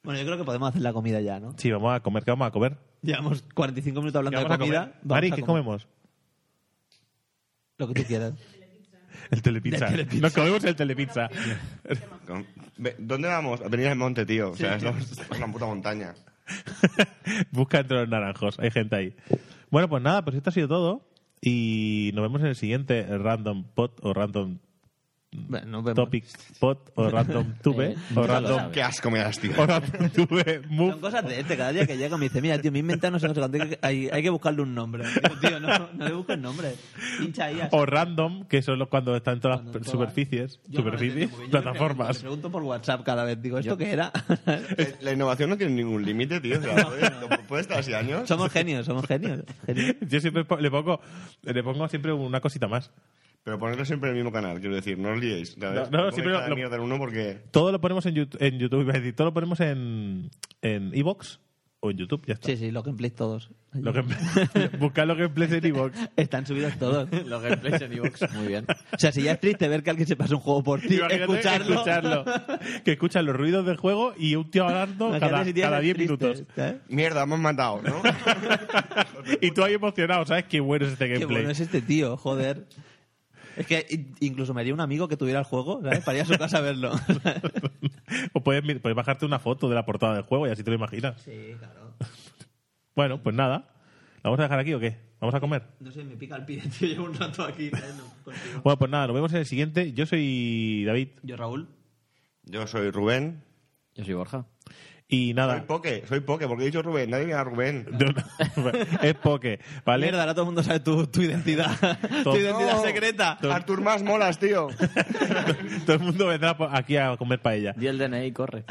Speaker 3: bueno, yo creo que podemos hacer la comida ya, ¿no?
Speaker 2: Sí, vamos a comer. ¿Qué vamos a comer?
Speaker 3: Llevamos 45 minutos
Speaker 2: ¿Qué
Speaker 3: hablando de
Speaker 2: vamos a
Speaker 3: comida.
Speaker 2: comer?
Speaker 3: Vamos
Speaker 2: Mari,
Speaker 3: a
Speaker 2: ¿qué
Speaker 3: comer
Speaker 2: comemos?
Speaker 3: Lo que tú
Speaker 5: *laughs*
Speaker 3: quieras.
Speaker 2: El telepizza.
Speaker 3: El telepizza.
Speaker 2: Nos comemos el
Speaker 3: *laughs*
Speaker 2: telepizza.
Speaker 4: Con- Ve- ¿Dónde vamos? A venir al monte, tío. O sea, estamos en una puta montaña.
Speaker 2: Busca entre los naranjos. Hay gente ahí. Bueno, pues nada, pues esto ha sido todo. Y nos vemos en el siguiente Random Pod o Random
Speaker 3: Bueno, nos vemos.
Speaker 2: Topic Pod o
Speaker 3: *laughs*
Speaker 2: Random Tube
Speaker 5: Eh,
Speaker 2: o
Speaker 5: nunca lo
Speaker 2: Random...
Speaker 5: sabes.
Speaker 4: Qué asco me das, tío.
Speaker 2: O Random Tube Move
Speaker 3: Son cosas de este. Cada día que llega me dice, mira, tío, me inventa no sé, no sé cuánto, hay que- Hay, hay que buscarle un nombre. Digo, tío, no, no le busques nombre. Hincha ahí. así.
Speaker 2: o random, que son los cuando están en todas las
Speaker 3: Cuando
Speaker 2: per-
Speaker 3: todas-
Speaker 2: superficies,
Speaker 3: Yo no lo
Speaker 2: superficies,
Speaker 3: entiendo, porque yo le
Speaker 2: plataformas.
Speaker 3: Pregunto, le pregunto por WhatsApp cada vez. Digo, ¿esto qué era? *laughs*
Speaker 4: Eh, La innovación no tiene ningún límite, tío. O sea, puede- puede estar así años.
Speaker 3: somos genios, somos genios. genios.
Speaker 2: Yo siempre po- le pongo, le pongo siempre una cosita más.
Speaker 4: Pero ponerlo siempre en el mismo canal, quiero decir, no os liéis. ¿sabes?
Speaker 2: No, no,
Speaker 4: Pongáis
Speaker 2: siempre
Speaker 4: cada
Speaker 2: lo-
Speaker 4: mierda en uno porque...
Speaker 2: Todo lo ponemos en YouTube, en YouTube iba a decir, todo lo ponemos en en iBox o en YouTube, ya está.
Speaker 3: Sí, sí, los gameplays todos.
Speaker 2: Lo que, *laughs* buscar lo que emplees en iBox.
Speaker 3: Están subidos todos.
Speaker 5: Los gameplays en iVoox. Muy bien.
Speaker 3: O sea, si ya es triste ver que alguien se pasa un juego por ti, escucharlo.
Speaker 2: escucharlo. Que escuchan los ruidos del juego y un tío hablando
Speaker 3: *laughs* Imagínate
Speaker 2: cada,
Speaker 3: si tienes
Speaker 2: cada 10
Speaker 3: triste,
Speaker 2: minutos.
Speaker 3: ¿eh?
Speaker 4: Mierda, hemos matado, ¿no?
Speaker 2: Y tú ahí emocionado, ¿sabes? Qué bueno es este
Speaker 3: Qué
Speaker 2: gameplay.
Speaker 3: bueno es este tío, joder. Es que in- incluso me haría un amigo que tuviera el juego, ¿sabes? Para ir a su casa a verlo.
Speaker 2: o puedes, mir- puedes bajarte una foto de la portada del juego y así te lo imaginas.
Speaker 3: Sí, claro.
Speaker 2: *laughs* Bueno, pues nada. ¿La vamos a dejar aquí o qué? ¿Vamos a comer?
Speaker 3: *laughs* No sé, me pica el pie, tío. Llevo un rato aquí.
Speaker 2: Bueno, pues nada, nos vemos en el siguiente. Yo soy David
Speaker 3: Yo, Raúl.
Speaker 4: Yo soy Rubén.
Speaker 5: Yo soy Borja.
Speaker 2: y
Speaker 4: Soy
Speaker 2: nada.
Speaker 4: Poke, soy Poke, porque he dicho Rubén, nadie me da Rubén.
Speaker 2: *laughs* es Poke, ¿vale?
Speaker 3: Mierda, ahora todo el mundo sabe tu, tu identidad.
Speaker 2: *laughs*
Speaker 3: tu
Speaker 2: Todo-
Speaker 3: identidad
Speaker 4: No.
Speaker 3: secreta.
Speaker 4: Artur más molas, tío.
Speaker 2: *laughs* Todo el mundo vendrá por- aquí a comer paella.
Speaker 5: Di el DNI y corre.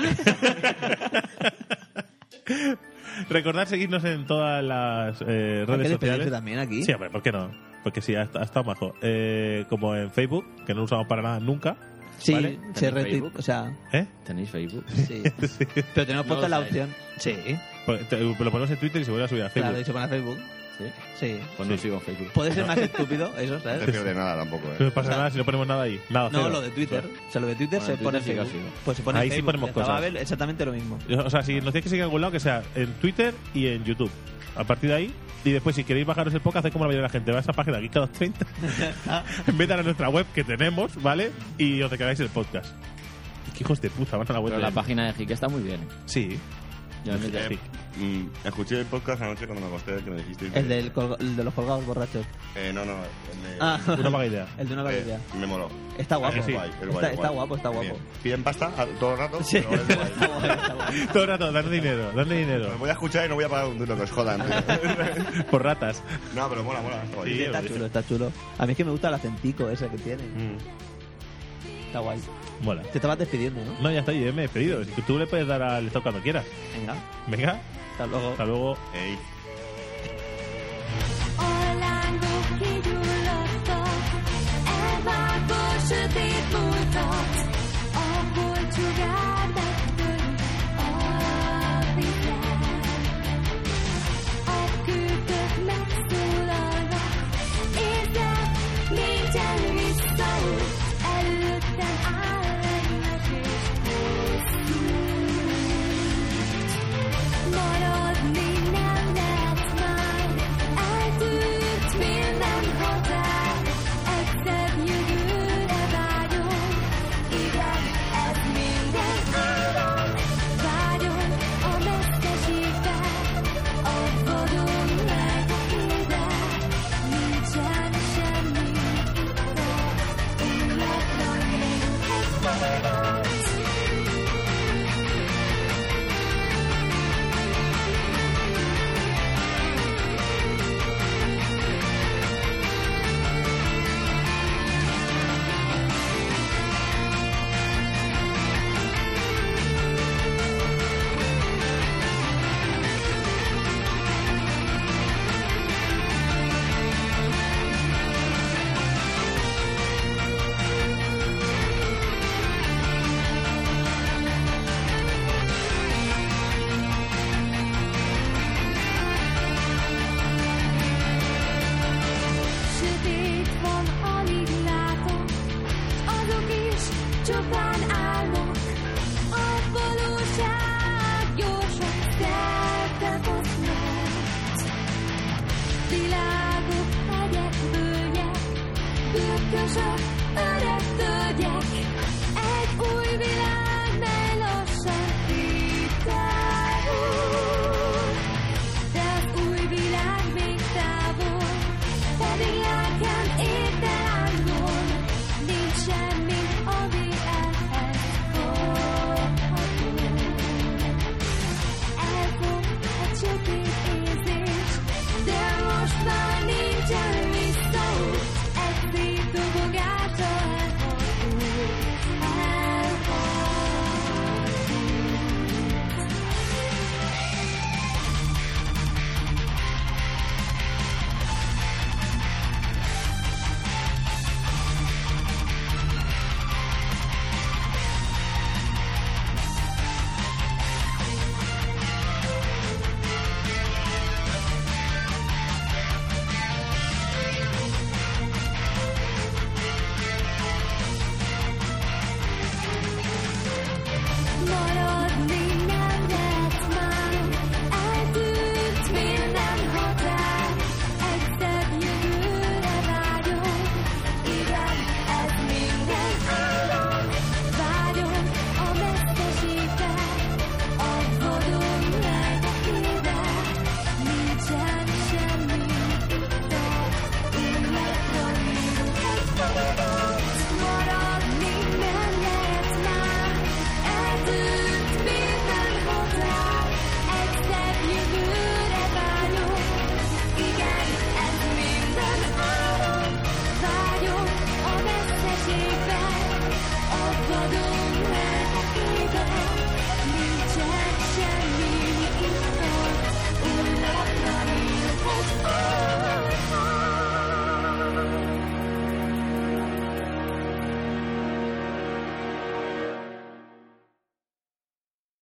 Speaker 2: Recordad seguirnos en todas las eh,
Speaker 3: Hay
Speaker 2: redes
Speaker 3: que
Speaker 2: sociales.
Speaker 3: despedirse también aquí.
Speaker 2: Sí, hombre, ¿por qué no? Porque sí, ha, ha estado majo. Eh, como en Facebook, que no lo usamos para nada nunca.
Speaker 3: Sí,
Speaker 5: Vale.
Speaker 3: se
Speaker 5: ¿Tenéis
Speaker 3: retweet,
Speaker 5: Facebook?
Speaker 3: o sea,
Speaker 2: ¿Eh?
Speaker 5: ¿Tenéis Facebook?
Speaker 2: *laughs*
Speaker 3: sí. Pero tenemos
Speaker 5: No
Speaker 3: puesta
Speaker 5: lo
Speaker 3: la
Speaker 5: sabéis.
Speaker 3: opción. Sí,
Speaker 2: Porque te- lo Pues ponemos en Twitter y se vuelve a subir a
Speaker 3: claro, y
Speaker 2: Facebook.
Speaker 3: se pone a Facebook.
Speaker 5: Sí.
Speaker 3: Sí.
Speaker 5: Pues no sigo Facebook.
Speaker 3: Puede ser más estúpido
Speaker 2: *laughs*
Speaker 3: eso,
Speaker 4: No te
Speaker 3: ¿sabes?
Speaker 4: pierde nada tampoco.
Speaker 2: No
Speaker 4: ¿eh?
Speaker 2: me pasa
Speaker 3: O sea,
Speaker 2: nada si no ponemos nada ahí. Nada,
Speaker 3: No,
Speaker 2: cero.
Speaker 3: lo de Twitter. O sea, lo de Twitter
Speaker 5: Bueno,
Speaker 3: se
Speaker 5: en
Speaker 3: pone en
Speaker 5: Twitter sí
Speaker 3: Facebook.
Speaker 5: que ha sido.
Speaker 3: Pues se pone en
Speaker 2: Ahí sí
Speaker 3: Facebook.
Speaker 2: ponemos
Speaker 3: Ya está,
Speaker 2: cosas.
Speaker 3: va a haber exactamente lo mismo.
Speaker 2: O sea, si nos tienes que seguir en algún lado, que sea en Twitter y en YouTube. A partir de ahí, y después si queréis bajaros el podcast, hacéis como la mayoría de la gente. Va a esa página aquí cada
Speaker 3: *laughs*
Speaker 2: 30.
Speaker 3: Ah.
Speaker 2: *laughs* Metan a nuestra web que tenemos, ¿vale? Y os descargáis el podcast. Qué hijos de puta, van a la web. Pues
Speaker 5: Pero
Speaker 2: de- Pues
Speaker 5: la página de Jique está muy bien.
Speaker 2: Sí.
Speaker 5: Yo me meto.
Speaker 2: Sí.
Speaker 4: Mm, escuché el podcast anoche cuando me acosté que me dijisteis.
Speaker 3: El,
Speaker 4: que-
Speaker 3: del colga- el de los colgados borrachos.
Speaker 4: Eh, no, no. el de-
Speaker 3: Ah,
Speaker 2: Una *laughs* vaga idea.
Speaker 3: *laughs* el de una
Speaker 4: eh,
Speaker 3: barbaridad.
Speaker 4: me moló.
Speaker 3: Está guapo.
Speaker 4: Es guay, es
Speaker 3: Está-
Speaker 4: guay, es
Speaker 3: está
Speaker 4: guay.
Speaker 3: guapo, está guapo.
Speaker 4: Bien. Piden pasta a- todo el
Speaker 3: *laughs*
Speaker 4: rato.
Speaker 3: Sí.
Speaker 4: pero es guay.
Speaker 3: Está guapo, está guapo. *laughs*
Speaker 2: Todo el rato, darle dinero, darle
Speaker 4: Me
Speaker 2: *laughs* dinero.
Speaker 4: voy a escuchar y no voy a pagar un duro que os jodan.
Speaker 3: *laughs*
Speaker 2: Por ratas.
Speaker 4: no, pero mola, mola. está guay.
Speaker 2: Sí,
Speaker 3: Está
Speaker 2: lo
Speaker 3: chulo, está chulo. A mí es que me gusta el acentico ese que tiene.
Speaker 2: Mm,
Speaker 3: Está guay.
Speaker 2: mola.
Speaker 3: Te estabas despidiendo, ¿no?
Speaker 2: No, ya está, yo me he despedido. Si Tú le puedes dar al stop cuando quieras.
Speaker 3: Venga,
Speaker 2: Venga,
Speaker 3: hasta luego.
Speaker 2: hasta luego.
Speaker 4: Ey.
Speaker 8: Orlando, he you love so ever push the